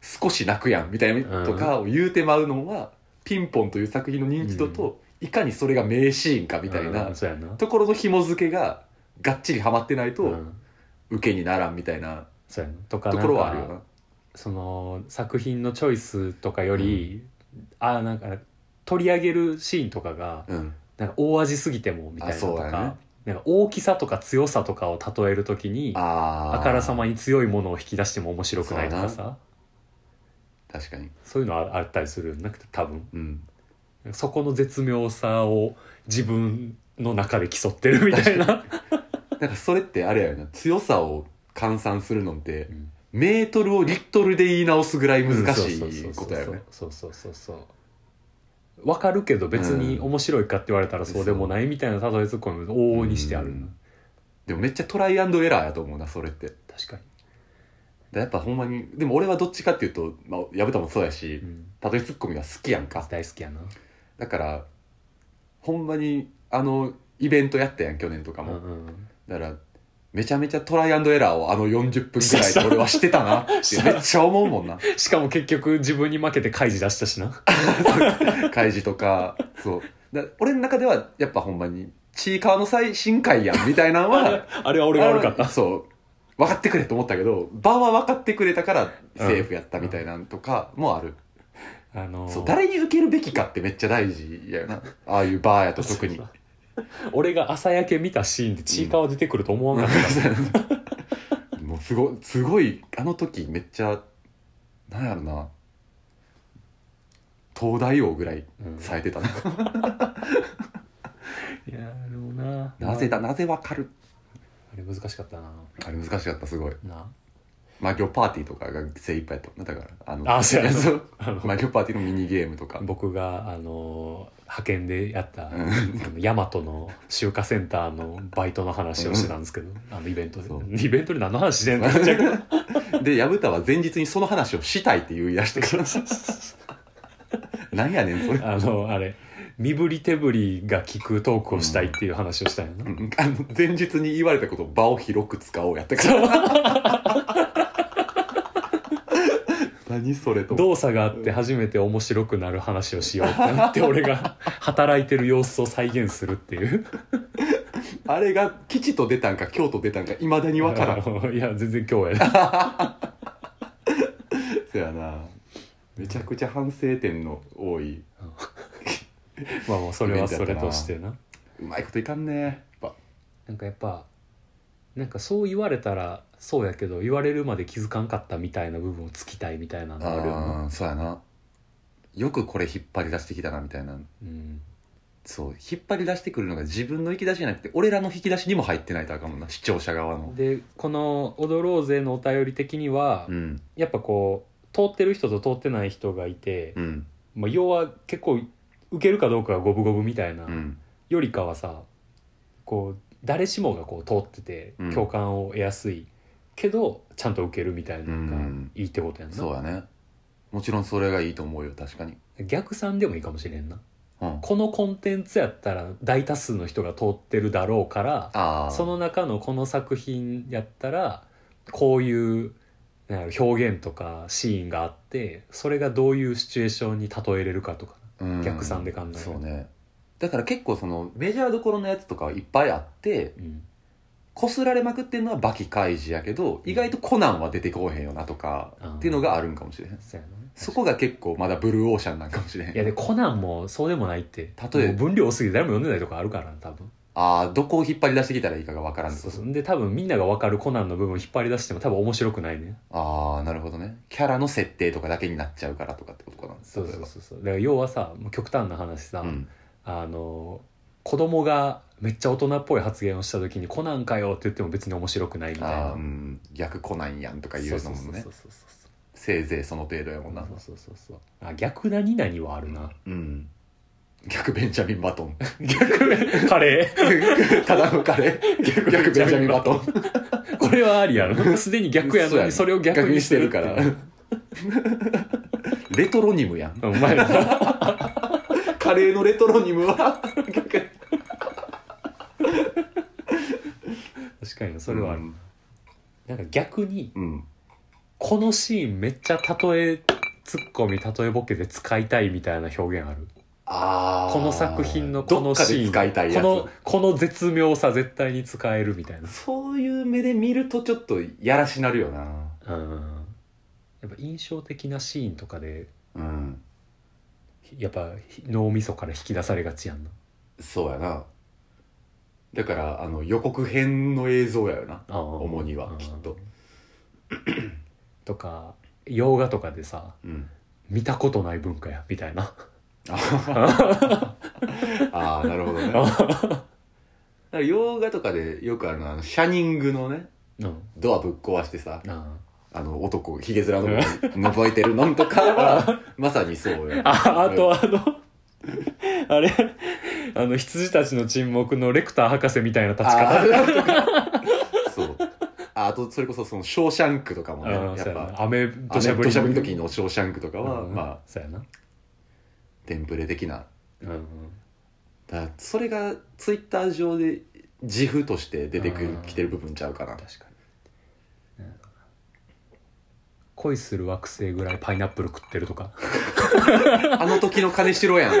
B: 少し泣くやんみたいなとかを言うてまうのは、ピンポンという作品の認知度と、いかにそれが名シーンかみたいな、
A: うんそうやな
B: ところの紐付けががっちりハマってないと、
A: うん
B: 受けにならんみたいな
A: そうやなとか
B: と
A: なんか
B: ころはあるよな。
A: その作品のチョイスとかより、あーなんか取り上げるシーンとかが
B: うん、
A: なんか大味すぎてもみたいなと
B: あそうだね
A: か,、なんか大きさとか強さとかを例えるときにあ
B: あー
A: からさまに強いものを引き出しても面白くないとか
B: そ
A: さ
B: 確かに、
A: そういうのああったりするよなくて多分
B: うん、
A: そこの絶妙さを自分の中で競ってるみたいな、
B: なんかそれってあれやよな強さを換算するのって
A: うん
B: メートルをリットルで言い直すぐらい難し
A: うんそうそうそう
B: い
A: そう
B: ことやよね
A: そうそうそうそうわかるけど別に面白いかって言われたらそうでもないみたいな例えツッコミも往々にしてあるな、
B: うんでもめっちゃトライアンドエラーやと思うなそれって
A: 確か
B: やっぱほんまにでも俺はどっちかっていうと、まあ、矢蓋もそうやし
A: に、うん、
B: たどりツッコミが好きやんか
A: 大好きやな
B: だからほんまにあのイベントやったやん去年とか
A: う
B: も、
A: んうん
B: だからめちゃめちゃトライアンドエラーをあの40分ぐらいで俺はしてたなってめっちゃ思うもんな
A: [LAUGHS] しかも結局自分に負けて開示出したしな
B: 開示とかそうだ俺の中ではやっぱほんまにちいかわの最新回やんみたいなのは
A: [LAUGHS] あれは俺が悪かっ
B: あ
A: た
B: そう分かってくれと思ったけど場は分かってくれたからセーフやったみたいなんとかもある、
A: あのー
B: そう誰に受けるべきかってめっちゃ大事やよなああいうバーやと特に
A: そうそう [LAUGHS] 俺が朝焼け見たシーンでちいかわ出てくると思わなかった、
B: もうすごすごいあの時めっちゃなんやろな東大王ぐらい
A: うん
B: 冴えてたな、
A: いやーでもな
B: なぜだなぜわかる
A: あれ難しかったな
B: あれ難しかったすごい
A: な
B: 魔女パーティーとかが精一杯やっただからあの
A: あそうやな
B: そう
A: あの
B: 魔女パーティーのミニゲームとか
A: 僕があの派遣でやった、
B: うん
A: あのヤマトの集荷センターのバイトの話をしてたんですけど、あのイベント
B: そう
A: でイベントで何の話してんの
B: [LAUGHS]
A: って言っちゃう
B: で薮田は前日にその話をしたいって言い出してから
A: [LAUGHS]
B: なんやねんそれ
A: あのあれ身振り手振りが効くトークをしたいっていう話をしたんやな、
B: うん [LAUGHS] あの前日に言われたことを場を広く使おうやったから [LAUGHS] 何それと
A: 動作があって初めて面白くなる話をしようってなって俺が [LAUGHS] 働いてる様子を再現するっていう
B: あれが吉と出たんか京都出たんかいまだに分からん
A: あのいや全然今日やな
B: そうやなめちゃくちゃ反省点の多い
A: まあもうそれはそれとしてな
B: うまいこといかんねやっぱ
A: なんかやっぱなんかそう言われたらそうやけど言われるまで気づかんかったみたいな部分をつきたいみたいなのがあるよな
B: あーそうやなよくこれ引っ張り出してきたなみたいな
A: うん
B: そう引っ張り出してくるのが自分の引き出しじゃなくて俺らの引き出しにも入ってないとあかんもんな視聴者側の
A: でこの「踊ろうぜ」のお便り的には、
B: うん
A: やっぱこう通ってる人と通ってない人がいて、
B: うん
A: まあ、要は結構受けるかどうかが五分五分みたいな、
B: うん
A: よりかはさこう誰しもがこう通ってて
B: うん
A: 共感を得やすい、けどちゃんと受けるみたいなのが
B: うん
A: いいってことやんな、
B: そうやねもちろんそれがいいと思うよ確かに
A: 逆算でもいいかもしれんな
B: うん
A: このコンテンツやったら大多数の人が通ってるだろうから
B: ああ
A: その中のこの作品やったらこういうなんやろ表現とかシーンがあってそれがどういうシチュエーションに例えれるかとか
B: うん
A: 逆算で考える
B: そうねだから結構そのメジャーどころのやつとかはいっぱいあって
A: うん
B: こすられまくってるのはバキカイジやけど意外とコナンは出てこうへんよなとか
A: あー
B: っていうのがあるんかもしれへん
A: そうやな
B: そこが結構まだブルーオーシャンなんかもしれへん
A: いやでコナンもそうでもないって
B: 例え
A: もう分量多すぎて誰も読んでないとかあるからな多分
B: ああどこを引っ張り出してきたらいいかがわからんって
A: そ
B: こ
A: う
B: と
A: そうで多分みんなが分かるコナンの部分を引っ張り出しても多分面白くないね
B: ああなるほどねキャラの設定とかだけになっちゃうからとかってことかな
A: そうそうそうそうだから要はさもう極端な話さ、
B: うん
A: あの子供がめっちゃ大人っぽい発言をした時に「コナンかよ」って言っても別に面白くないみたい
B: あ
A: な
B: あうん逆コナンやんとか言うのもね
A: そうそうそうそう
B: せいぜいその程度やもんな
A: そうそうそうそうあ逆何々はあるな
B: うん逆ベンジャミン・バトン [LAUGHS]
A: 逆カレ
B: ただの彼
A: ー
B: 逆ベンジャミン・バトン
A: ンこれはありやろすでに逆や
B: そう
A: の
B: や
A: に
B: ね
A: それを逆
B: 逆
A: に
B: に
A: し
B: してて
A: る
B: る
A: っ
B: か
A: て
B: ら [LAUGHS] レトロニムやん
A: お前ら
B: カレーのレトロニム [LAUGHS] は逆
A: 確かにそれはある、なんか逆に
B: うん
A: このシーンめっちゃ例えツッコミ例えボケで使いたいみたいな表現ある
B: あー
A: この作品のこ
B: ど
A: の
B: っか
A: シ
B: で
A: ーン
B: 使いたいや
A: この
B: つ
A: この絶妙さ絶対に使えるみたいな
B: そういう目で見るとちょっとやらしなるよな
A: うんやっぱ印象的なシーンとかで
B: うん
A: やっぱ脳みそから引き出されがちやんな
B: そうやなだからあの予告編の映像やよな
A: 主
B: 主にはきっと
A: とか洋画とかでさ
B: [LAUGHS] うん
A: 見たことない文化やみたい [LAUGHS] な
B: ああなるほど
A: [LAUGHS]
B: ねだから洋画とかでよくあるのはあのシャニングのね
A: うん
B: ドアぶっ壊してさ
A: あ
B: あの男ひげ面
A: [LAUGHS]
B: の子に覗いてるのんとかはまさにそうや
A: あああとあのあれあの羊たちの沈黙のレクター博士みたいな立ち
B: あ
A: 方
B: ーとかそうああとそれこそその「ショーシャンク」とかもね
A: うん
B: や
A: そう
B: っ
A: やな
B: ぱ
A: 雨
B: 土
A: 土砂
B: 砂降
A: 降
B: り
A: り
B: の時の「ショーシャンク」とかは、
A: うん
B: まあ
A: そうやな
B: テンプレ的な
A: うんうん
B: だからそれがツイッター上で自負として出てくる
A: あー
B: きてる部分ちゃうかな
A: 確かにうん恋する惑星ぐらいパイナップル食ってるとか
B: あの時の金城やん
A: [LAUGHS]
B: そ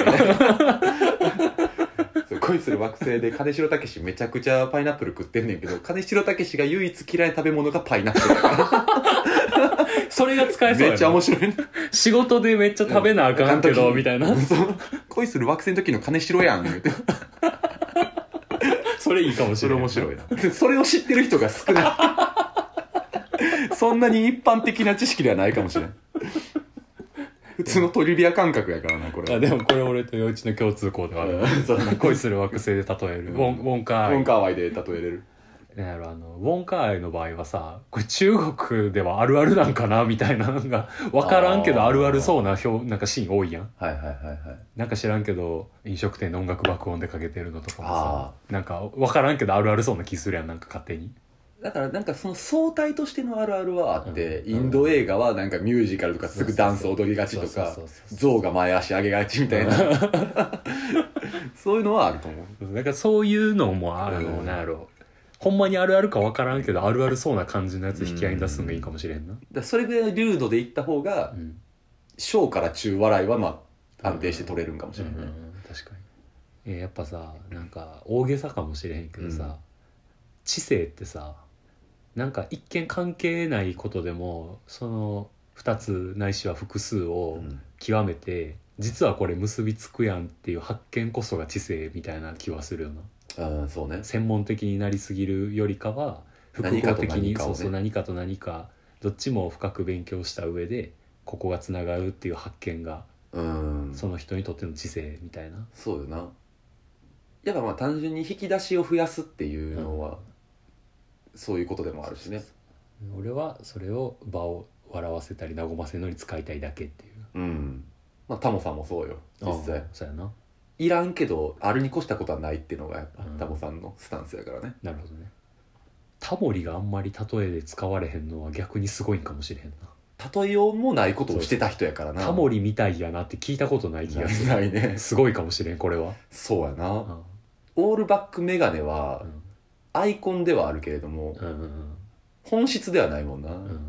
B: う恋する惑星で金城武めちゃくちゃパイナップル食ってんねんけど金城武が唯一嫌いな食べ物がパイナッ
A: [LAUGHS]
B: プルだか
A: それが使え
B: ら
A: そう
B: め
A: や
B: っ
A: な
B: ちゃ面白いね
A: 仕事でめっちゃ食べなあかんけどみたいな
B: そう恋する惑星の時の金城やん言うて
A: それいいかもし
B: そ
A: れ
B: れ
A: ない
B: 面白いなそれを知ってる人が少ないそんなに一般的な知識ではないかもしれん普通のトリビア感覚やからなこれ
A: あでもこれ俺と陽一の共通項ではある
B: うんそう
A: [LAUGHS] 恋する惑星で例えるウォンウォンカーアイ
B: 文化愛で例えれる
A: なんやろあのウォンカーアイの場合はさこれ中国ではあるあるなんかなみたいなのが分からんけど
B: あー
A: あるあるそうな表なんかシーン多いやん
B: はいはいはいはい
A: なんか知らんけど飲食店の音楽爆音でかけてるのとかもさ
B: あ
A: なんか分からんけどあるあるそうな気するやんなんか勝手に
B: だからなんかその相対としてのあるあるはあって、
A: うん
B: インド映画はなんかミュージカルとかすぐダンス踊りがちとか
A: そうそうそうそう
B: 象が前足上げがちみたいなそういうのはあると思う
A: なんかそういうのもあるの
B: うん
A: なんやろほんまにあるあるか分からんけどあるあるそうな感じのやつ引き合いに出すのがいいかもしれんな
B: だからそれぐらいの流度でいった方が
A: うん
B: 小から中笑いはまあ安定して取れるんかもしれない、ね
A: 確かにえやっぱさなんか大げさかもしれへんけどさ、
B: うん
A: 知性ってさなんか一見関係ないことでもその2つないしは複数を
B: うん
A: 極めて、実はこれ結びつくやんっていう発見こそが知性みたいな気はするよな
B: うん、そうね
A: 専門的になりすぎるよりかは複
B: 何か
A: 合
B: と
A: 的
B: 何
A: に
B: かを
A: そ
B: ね
A: うそう何かと何かどっちも深く勉強した上でここがつながるっていう発見が
B: うん
A: その人にとっての知性みたいな、
B: そうよなやっぱまあ単純に引き出しを増やすっていうのは、そういうことでもあるしね
A: 俺はそれを場を笑わせたり和ませるのに使いたいだけっていう
B: うんまあタモさんもそうよ実
A: ああ
B: 際
A: そうやない
B: らんけどあるに越したことはないっていうのがやっぱ、
A: うん
B: タモさんのスタンスやからね
A: なるほどねタモリがあんまり例えで使われへんのは逆にすごいんかもしれへんな
B: 例えようもないことをしてた人やからな
A: タモリみたいやなって聞いたことない気がす
B: ないね
A: る [LAUGHS] すごいかもしれんこれは、
B: そうやな、
A: うん
B: オールバックメガネはアイコンではあるけれども、
A: うんうん
B: 本質ではないもんな、
A: うんうん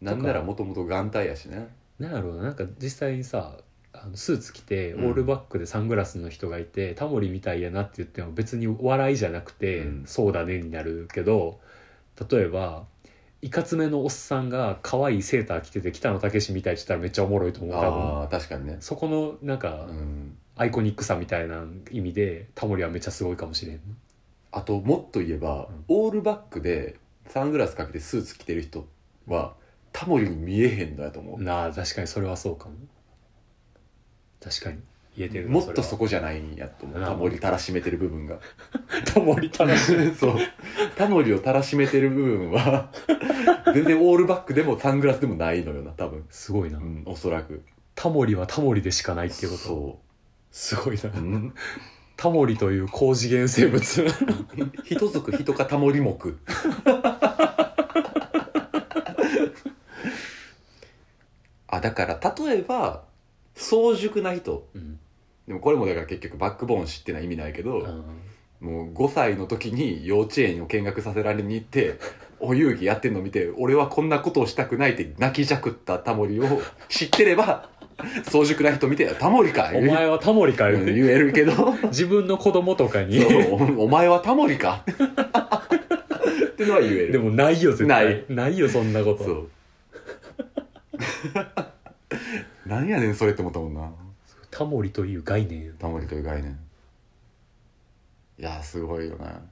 B: なんならもともと眼帯やしね
A: なんやろうななんか実際にさあのスーツ着てオ
B: うん
A: ールバックでサングラスの人がいて、タモリみたいやなって言っても別に笑いじゃなくて、
B: うん
A: そうだねになるけど例えばいかつめのおっさんが可愛いセーター着てて北野武みたいって言ったらめっちゃおもろいと思う多分
B: ああ確かにね
A: そこのなん
B: う
A: か
B: ん
A: アイコニックさみたいな意味でタモリはめっちゃすごいかもしれん
B: あともっと言えば、
A: うん
B: オールバックでサングラスかけてスーツ着てる人はタモリに見えへんのやと思う、
A: なあ確かにそれはそうかも確かに言えてるな
B: もっとそ
A: れは
B: こじゃないんやと思う
A: な
B: タモリたらしめてる部分が [LAUGHS]
A: タモリ楽しい [LAUGHS]
B: そうタモリをたらしめてる部分は全然オールバックでもサングラスでもないのよな多分、
A: すごいな、
B: うん、おそらく
A: タモリはタモリでしかないっていうことす
B: そ
A: ごいな
B: う、うん、
A: タモリという高次元生物
B: 人族人かタモリ目 [LAUGHS] あだから例えば早熟な人
A: うん、
B: でもこれもだから結局バックボーン知ってない意味ないけ
A: う
B: ど、
A: ん
B: もう5歳の時に幼稚園を見学させられに
A: [LAUGHS]
B: 行ってお遊戯やってんの見て俺はこんなことをしたくないって泣きじゃくったタモリを知ってれば早熟な人見て「タモリか」
A: お前はタモリかよ
B: 言
A: っ
B: う
A: て
B: 言えるけ
A: [LAUGHS]
B: ど
A: 自分の子供とかに
B: そうおお前はタモ
A: [LAUGHS]
B: リかってのは言える
A: でもないよ絶対ないよそんなこ
B: そ
A: と [LAUGHS]
B: うなんやねんそれって思ったもんな
A: タモリという概念
B: タモリという概念いやーすごいよな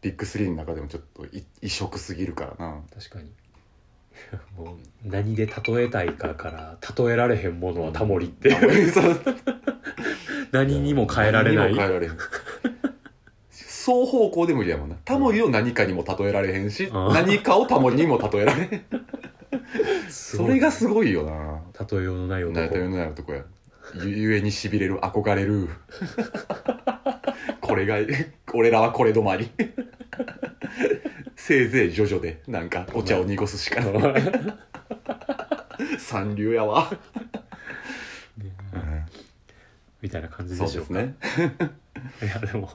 B: ビッグスリーの中でもちょっとい異色すぎるからな
A: 確かに [LAUGHS] もう何で例えたいかから例えられへんものはタモリって、
B: [LAUGHS] そう
A: 何にも変えられな
B: 何にも変え
A: い
B: られへん双方向で無理やもんなタモリを何かにも例えられへんし、
A: うん
B: 何かをタモリにも例えられへんそ
A: そ
B: れが [LAUGHS] すごいよな
A: 例えようのない
B: 成
A: 男 [LAUGHS]
B: 田世の中のとこやゆゆえにしびれる憧れる [LAUGHS] これが俺らはこれ止まりせいぜいジョジョでなんかお茶を濁すしかない三流やわ、
A: ねみたいな感じ
B: そう
A: でし
B: で
A: ょう
B: す
A: か
B: ね
A: いやでも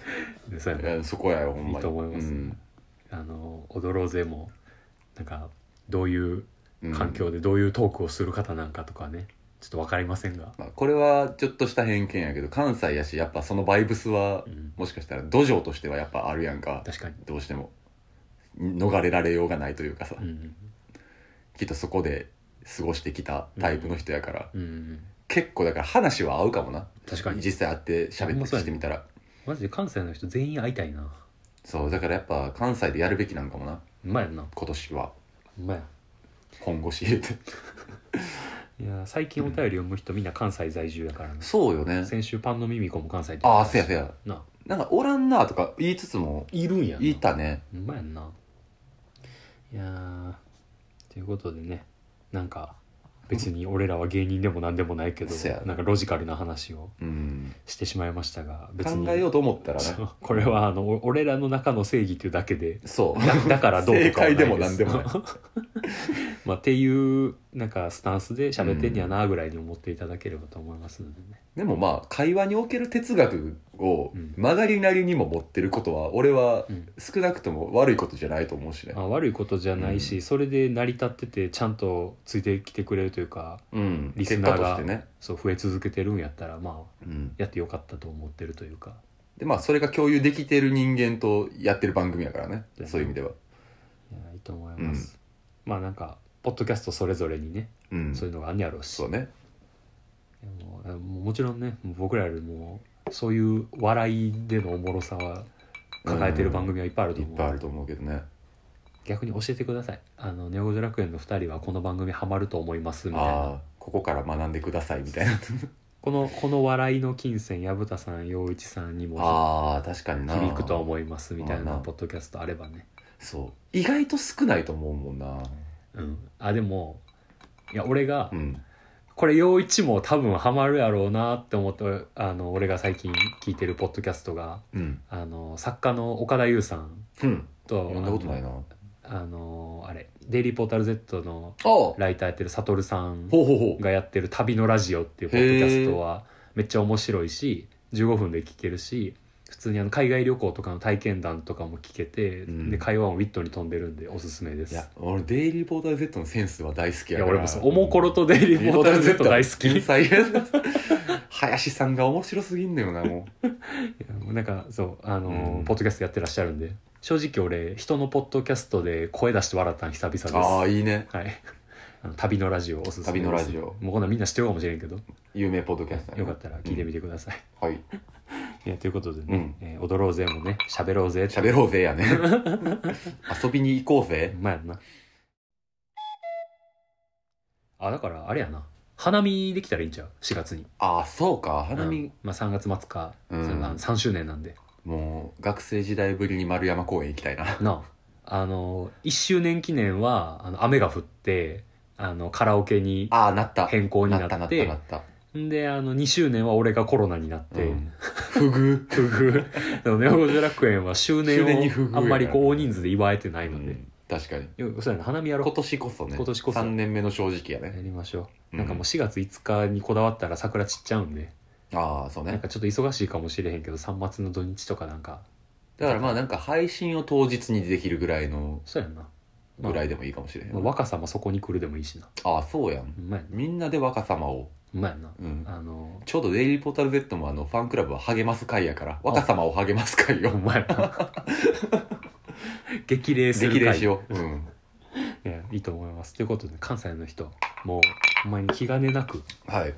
A: [LAUGHS] ねそうや
B: い
A: な
B: やそこやよほんまに
A: いいと思います
B: うん
A: あの「踊ろうぜ」もなんかどういう
B: うん
A: 環境でどういうトークをする方なんかとかねちょっと分かりませんが、
B: まあ、これはちょっとした偏見やけど関西やしやっぱそのバイブスは
A: うん、
B: もしかしたら土壌としてはやっぱあるやんか
A: 確かに、
B: どうしても逃れられようがないというかさ、
A: うん
B: きっとそこで過ごしてきたタイプの人やから、
A: うんうん、
B: 結構だから話は合うかもな
A: 確かに
B: 実際会って喋
A: ほん
B: っ
A: ま
B: て
A: そうやね
B: してみたら
A: マジで関西の人全員会いたいな
B: そうだからやっぱ関西でやるべきなんかもな
A: うまいやんなう
B: 今年は
A: まいや
B: 本腰入れ
A: [LAUGHS]
B: て
A: んいや最近お便り読む人みんな関西在住やからな、
B: そうよね
A: 先週パンの耳子も関西って
B: ああせやせや
A: な
B: なんかおらんなとか言いつつも
A: いるんやない
B: たね
A: うまいやんないやーということでねなんか別に俺らは芸人でも何でもないけど
B: そや
A: なんかロジカルな話を
B: うん
A: してしまいましたが
B: 考
A: 別に
B: えようと思ったら
A: そう
B: ね
A: これはあのお俺らの中の正義というだけで
B: そう [LAUGHS]
A: だだからどうとかはない
B: 正解でも何でもない
A: [LAUGHS] まあ、っていうなんかスタンスで喋ってんやなぐらいに思っていただければと思いますのでね、
B: でもまあ会話における哲学を
A: うん
B: 曲がりなりにも持ってることは俺は
A: うん
B: 少なくとも悪いことじゃないと思うしね
A: まあ、悪いことじゃないし、
B: う
A: それで成り立っててちゃんとついてきてくれるというか
B: うん
A: リス
B: 結
A: ナ
B: 果
A: ー
B: と
A: が
B: してね
A: そう増え続けてるんやったらまあ
B: うん
A: やってよかったと思ってるというか
B: でまあそれが共有できてる人間とやってる番組やからね
A: だよね
B: そういう意味ではい
A: やいいと思います、まあなんかポッドキャストそれぞれにね、
B: うん
A: そういうのがあんねやろうし
B: そうね
A: もうもうもちろんねもう僕らよりもそういう笑いでのおもろさは抱えてる番組はいっぱいあると
B: いっ
A: 思う、
B: ぱいあると思うけどね
A: 逆に教えてください「あのネオ・ドラクエ」の2人はこの番組ハマると思いますみたい
B: あ
A: な
B: あここから学んでくださいみたいな
A: このこの笑いの金銭薮田さん陽一さんにも
B: ああ確かにな
A: 響くとは思いますみたい
B: まあ
A: な
B: な
A: ポッドキャストあればね
B: そう意外と少ないと思うもんな
A: うんあでもいや俺が
B: うん
A: これ陽一も多分ハマるやろうなって思ってあの俺が最近聞いてるポッドキャストが
B: うん
A: あの作家の岡田優さん
B: うん
A: と
B: 読んだことないなあ
A: あのあれ「デイリーポータル Z」の
B: ほう
A: ライターやってる悟さん
B: ほうほう
A: がやってる「旅のラジオ」っていうポッドキャストはめっちゃ面白いし15分で聞けるし普通にあの海外旅行とかの体験談とかも聞けて、
B: うん
A: で会話もウィットに飛んでるんでおすすめです
B: い
A: い
B: や
A: や
B: 俺デイリーポーター Z のセンスは大好きやから
A: 俺もそう「おもころとデイリーポータル Z」大好き
B: 天才やな林さんが面白すぎんのよなも
A: いやなんかそうあのー
B: うん
A: ポッドキャストやってらっしゃるんで正直俺人のポッドキャストで声出して笑ったん久々です
B: うああ
A: はい [LAUGHS]
B: いね
A: あの旅のラジオおすすめです
B: 旅のラジオ
A: もうこんなんみんな知ってるかもしれんけど
B: 有名ポッドキャストやね
A: よかったら聞いてみてください、
B: はい
A: [LAUGHS] いやということでね、
B: うん
A: えー踊ろうぜもね喋ろうぜ
B: 喋ろうぜやね [LAUGHS] 遊びに行こうぜ
A: まあやんなあだからあれやな花見できたらいいんちゃう4月に
B: ああそうか花
A: う
B: 見
A: んまあ、3月末か、
B: うん
A: それな3周年なんで
B: もう学生時代ぶりに丸山公園行きたいな
A: なああの1周年記念はあの雨が降ってあのカラオケに
B: [LAUGHS] ああなった
A: 変更にな
B: なったな
A: っ
B: った
A: て
B: なった
A: んであの2周年は俺がコロナになって、
B: うん不遇
A: 不遇でもネオ・ゴジ楽園は周年
B: 周年に不
A: を
B: 遇
A: あんまりこう大人数で祝えてないので、
B: 確かに
A: よそうやな花見やろう
B: 今年こそね
A: 今年こそ
B: 3年目の正直や
A: や
B: ね
A: りましょう、
B: うん
A: なんかもう4月5日にこだわったら桜散っちゃうんで、
B: ああそう
A: なん
B: ね
A: かちょっと忙しいかもしれへんけど3月の土日とかなんか
B: だからまあなんか配信を当日にできるぐらいの
A: そうやんな、まあ
B: ぐらいでもいいかもしれへん、
A: まあ若さもそこに来るでもいいしな
B: ああそうやん
A: うまいな
B: みんなで若様を、
A: うまいな
B: うん、
A: あの
B: ちょうど「デイリーポータル Z」もあのファンクラブは励ます会やから若様を励ます会
A: [LAUGHS] お
B: よ
A: 前な激励する
B: 激
A: 会
B: 励しよう、うん、
A: いやいいと思いますということで関西の人もうほんまに気兼ねなく
B: はい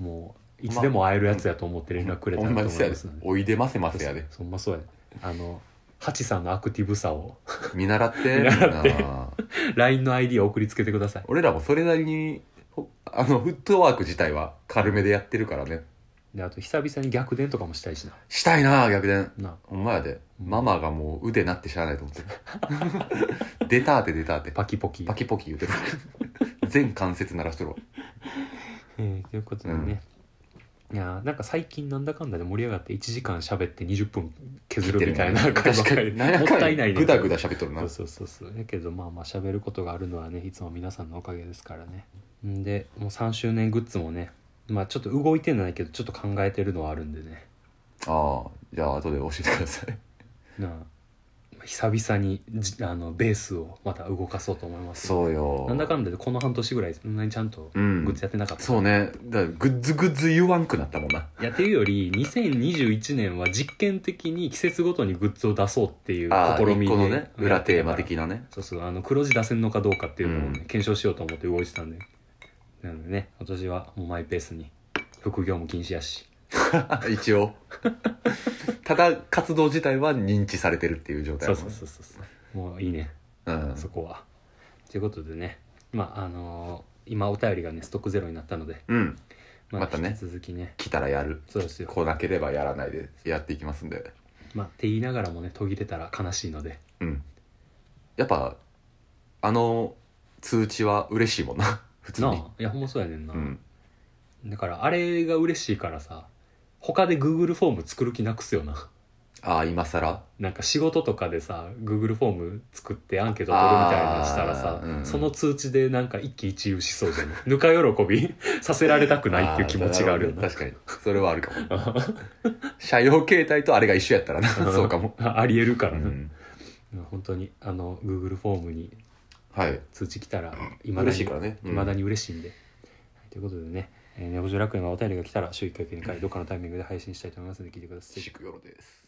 A: もういつでも会えるやつやと思って連絡くれた
B: ほ
A: ら
B: ん
A: と
B: まに
A: 思
B: そう
A: い
B: や
A: ま
B: です
A: ので
B: おいでませませやで
A: そそんまそうやあのハチさんのアクティブさを [LAUGHS]
B: 見習って
A: 見習って
B: みんな
A: LINE の ID を送りつけてください
B: 俺らもそれなりにほあのフットワーク自体は軽めでやってるからね
A: であと久々に逆転とかもしたいしな
B: したいな逆転
A: な
B: ほんまやでママがもう腕なってしゃあないと思ってる [LAUGHS] 出たーて出たーて
A: パキポキ
B: パキポキ言うてる全関節鳴らしとるわ
A: えーということでね、いやーなんか最近なんだかんだで盛り上がって1時間喋って20分削るみたいな感じ
B: 確か
A: で
B: に
A: もったいないね
B: ぐだぐだ喋っとるな
A: そうそうそうそうやけどまあまあ喋ることがあるのはねいつも皆さんのおかげですからねんでもう3周年グッズもねまあちょっと動いてないけどちょっと考えてるのはあるんでね
B: ああじゃあ後で教えてください
A: なあ久々にじあのベースをまた動かそうと思います
B: そうよ
A: なんだかんだでこの半年ぐらいそんなにちゃんと
B: う
A: グ
B: ん
A: ッズやってなかった、
B: そうねだからグッズグッズ言わんくなったもんな
A: やってるより2021年は実験的に季節ごとにグッズを出そうっていう
B: ああ
A: 試み
B: この
A: で、
B: ね裏テーマ的なね
A: そうそうあの黒字出せんのかどうかっていうのをね、
B: うん
A: 検証しようと思って動いてたんでなのでね今年はもうマイペースに副業も禁止やし
B: [LAUGHS] 一応ただ活動自体は認知されてるっていう状態
A: そ
B: や
A: う
B: もん
A: そう
B: ね
A: そうそうそうもういいね、
B: うん
A: そこはということでねまああのー今お便りがねストックゼロになったので、
B: うん
A: ま
B: ま
A: あ、
B: たね
A: 引き続きね
B: 来たらやる
A: そうですよ、
B: 来なければやらないでやっていきますんで
A: まあ、って言いながらもね途切れたら悲しいので
B: うんやっぱあの通知は嬉しいもんな [LAUGHS] 普通
A: なあ
B: に
A: いやほんまそうやねんな、
B: うん
A: だからあれが嬉しいからさ他で Google フォーム作る気なくすよな
B: ああ今更
A: なんか仕事とかでさ Google フォーム作ってアンケート取るみたいなのしたらさ
B: あ、ーうん
A: その通知でなんか一喜一憂しそうじゃない [LAUGHS] ぬか喜びさせられたくないっていう気持ちがあるよ
B: ーな
A: な
B: ほどね確かにそれはあるかも
A: [LAUGHS]
B: 社用携帯とあれが一緒やったらなそうかも、
A: ありえるか
B: う
A: らな、
B: ん、
A: 本当にあの Google フォームに
B: はい
A: 通知来たらいまだ
B: 嬉し
A: に
B: いからね
A: いまだ
B: に
A: に嬉しいんで、ということでね「えー、ネオジョ楽園」はお便りが来たら週1回2回どっかのタイミングで配信したいと思いますので聞いてください
B: しくよろです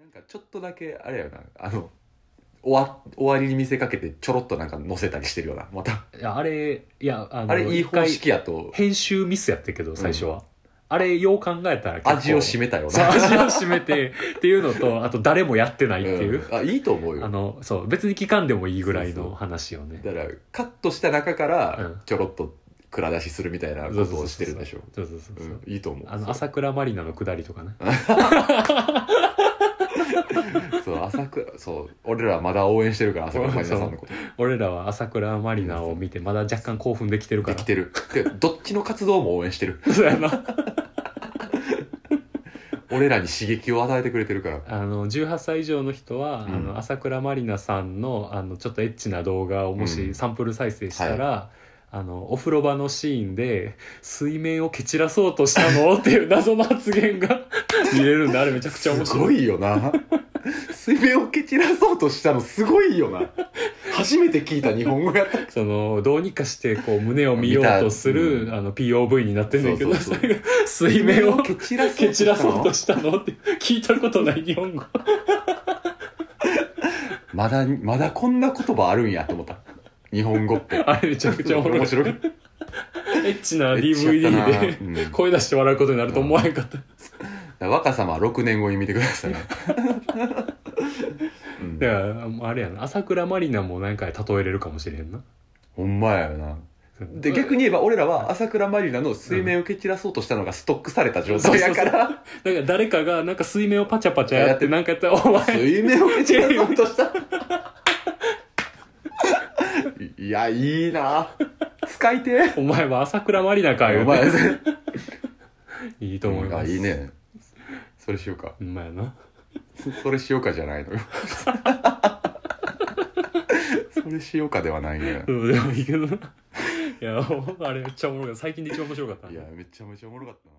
B: なんかちょっとだけあれやなあの終わ終わりに見せかけてちょろっとなんか載せたりしてるようなまた
A: いやあれいやあの
B: あれいい
A: 一
B: 方
A: 回
B: 式やと
A: 編集ミスやってるけど最初は、あれよう考えたら結構
B: 味を占めたよ
A: そう
B: な
A: 味を占めてっていうのとあと誰もやってないっていう、
B: うんあいいと思う
A: あ
B: よ
A: のそう別に聞かんでもいいぐらい
B: そうそ
A: の
B: う
A: 話をね
B: だからカットした中か
A: う
B: ら
A: ん
B: ちょろっと蔵出しするみたいな
A: そ
B: こ
A: うそう
B: と
A: そう
B: をしてるんでしょ
A: そうそうそうそうう、
B: んいいと思う
A: あの朝倉まりなの下りとかね
B: そう朝倉そう俺らまだ応援してるから朝倉まりなさんのこと
A: 俺らは朝倉まりなを見てまだ若干興奮できてるか
B: で
A: ら
B: きてるでどっちの活動も応援してる
A: そうやな
B: 俺らに刺激を与えてくれてるから
A: あの18歳以上の人は、
B: うん
A: あの朝倉まりなさんのあのちょっとエッチな動画をも
B: う
A: し
B: ん
A: サンプル再生したら、あのお風呂場のシーンで水面を蹴散らそうとしたのっていう謎の発言が見れるんであれめちゃくちゃ面
B: す
A: 白
B: ご
A: い
B: いよな水面を蹴散らそうとしたのすごいよな初めて聞いた日本語やった
A: そのどうにかしてこう胸を見ようとする、
B: 見たうん
A: あの POV になってんだけど
B: そうそうそう
A: それが水面を
B: 蹴散らそう
A: 蹴
B: と
A: 散
B: し
A: ら
B: た
A: そうと
B: の
A: したのって聞いたことない日本語
B: まだまだこんな言葉あるんやと思った日本語って
A: あれめちゃくちゃおも [LAUGHS] ろい
B: 面白い
A: エッチな
B: エッチやったな
A: DVD で
B: うん
A: 声出して笑うことになると思わへんかった
B: 若さまは6年後に見てくださ
A: [LAUGHS]
B: いね、うん
A: だからもうあれやな朝倉まりなもなんか例えれるかもしれへんな
B: ほんまやよなで逆
A: に
B: に言えば俺らは朝倉まりなの水面を蹴散らそうとしたのがストックされた状態やから
A: だから誰かがなんか水面をパチャパチャやってなんかやったら「お前
B: 水面を蹴散らそうとしたいやいいな使いて
A: お前は朝倉まりなか」
B: え
A: 言
B: お
A: うて
B: 前
A: [LAUGHS] いいと思います
B: あいいねそれしようか
A: ほんまやな
B: それしようかじゃないの
A: [LAUGHS]
B: よそれしようかではないね
A: うんでもいいけどないやあれめっちゃおもろかった最近で一番面白かったない
B: やめちゃめちゃおもろかったな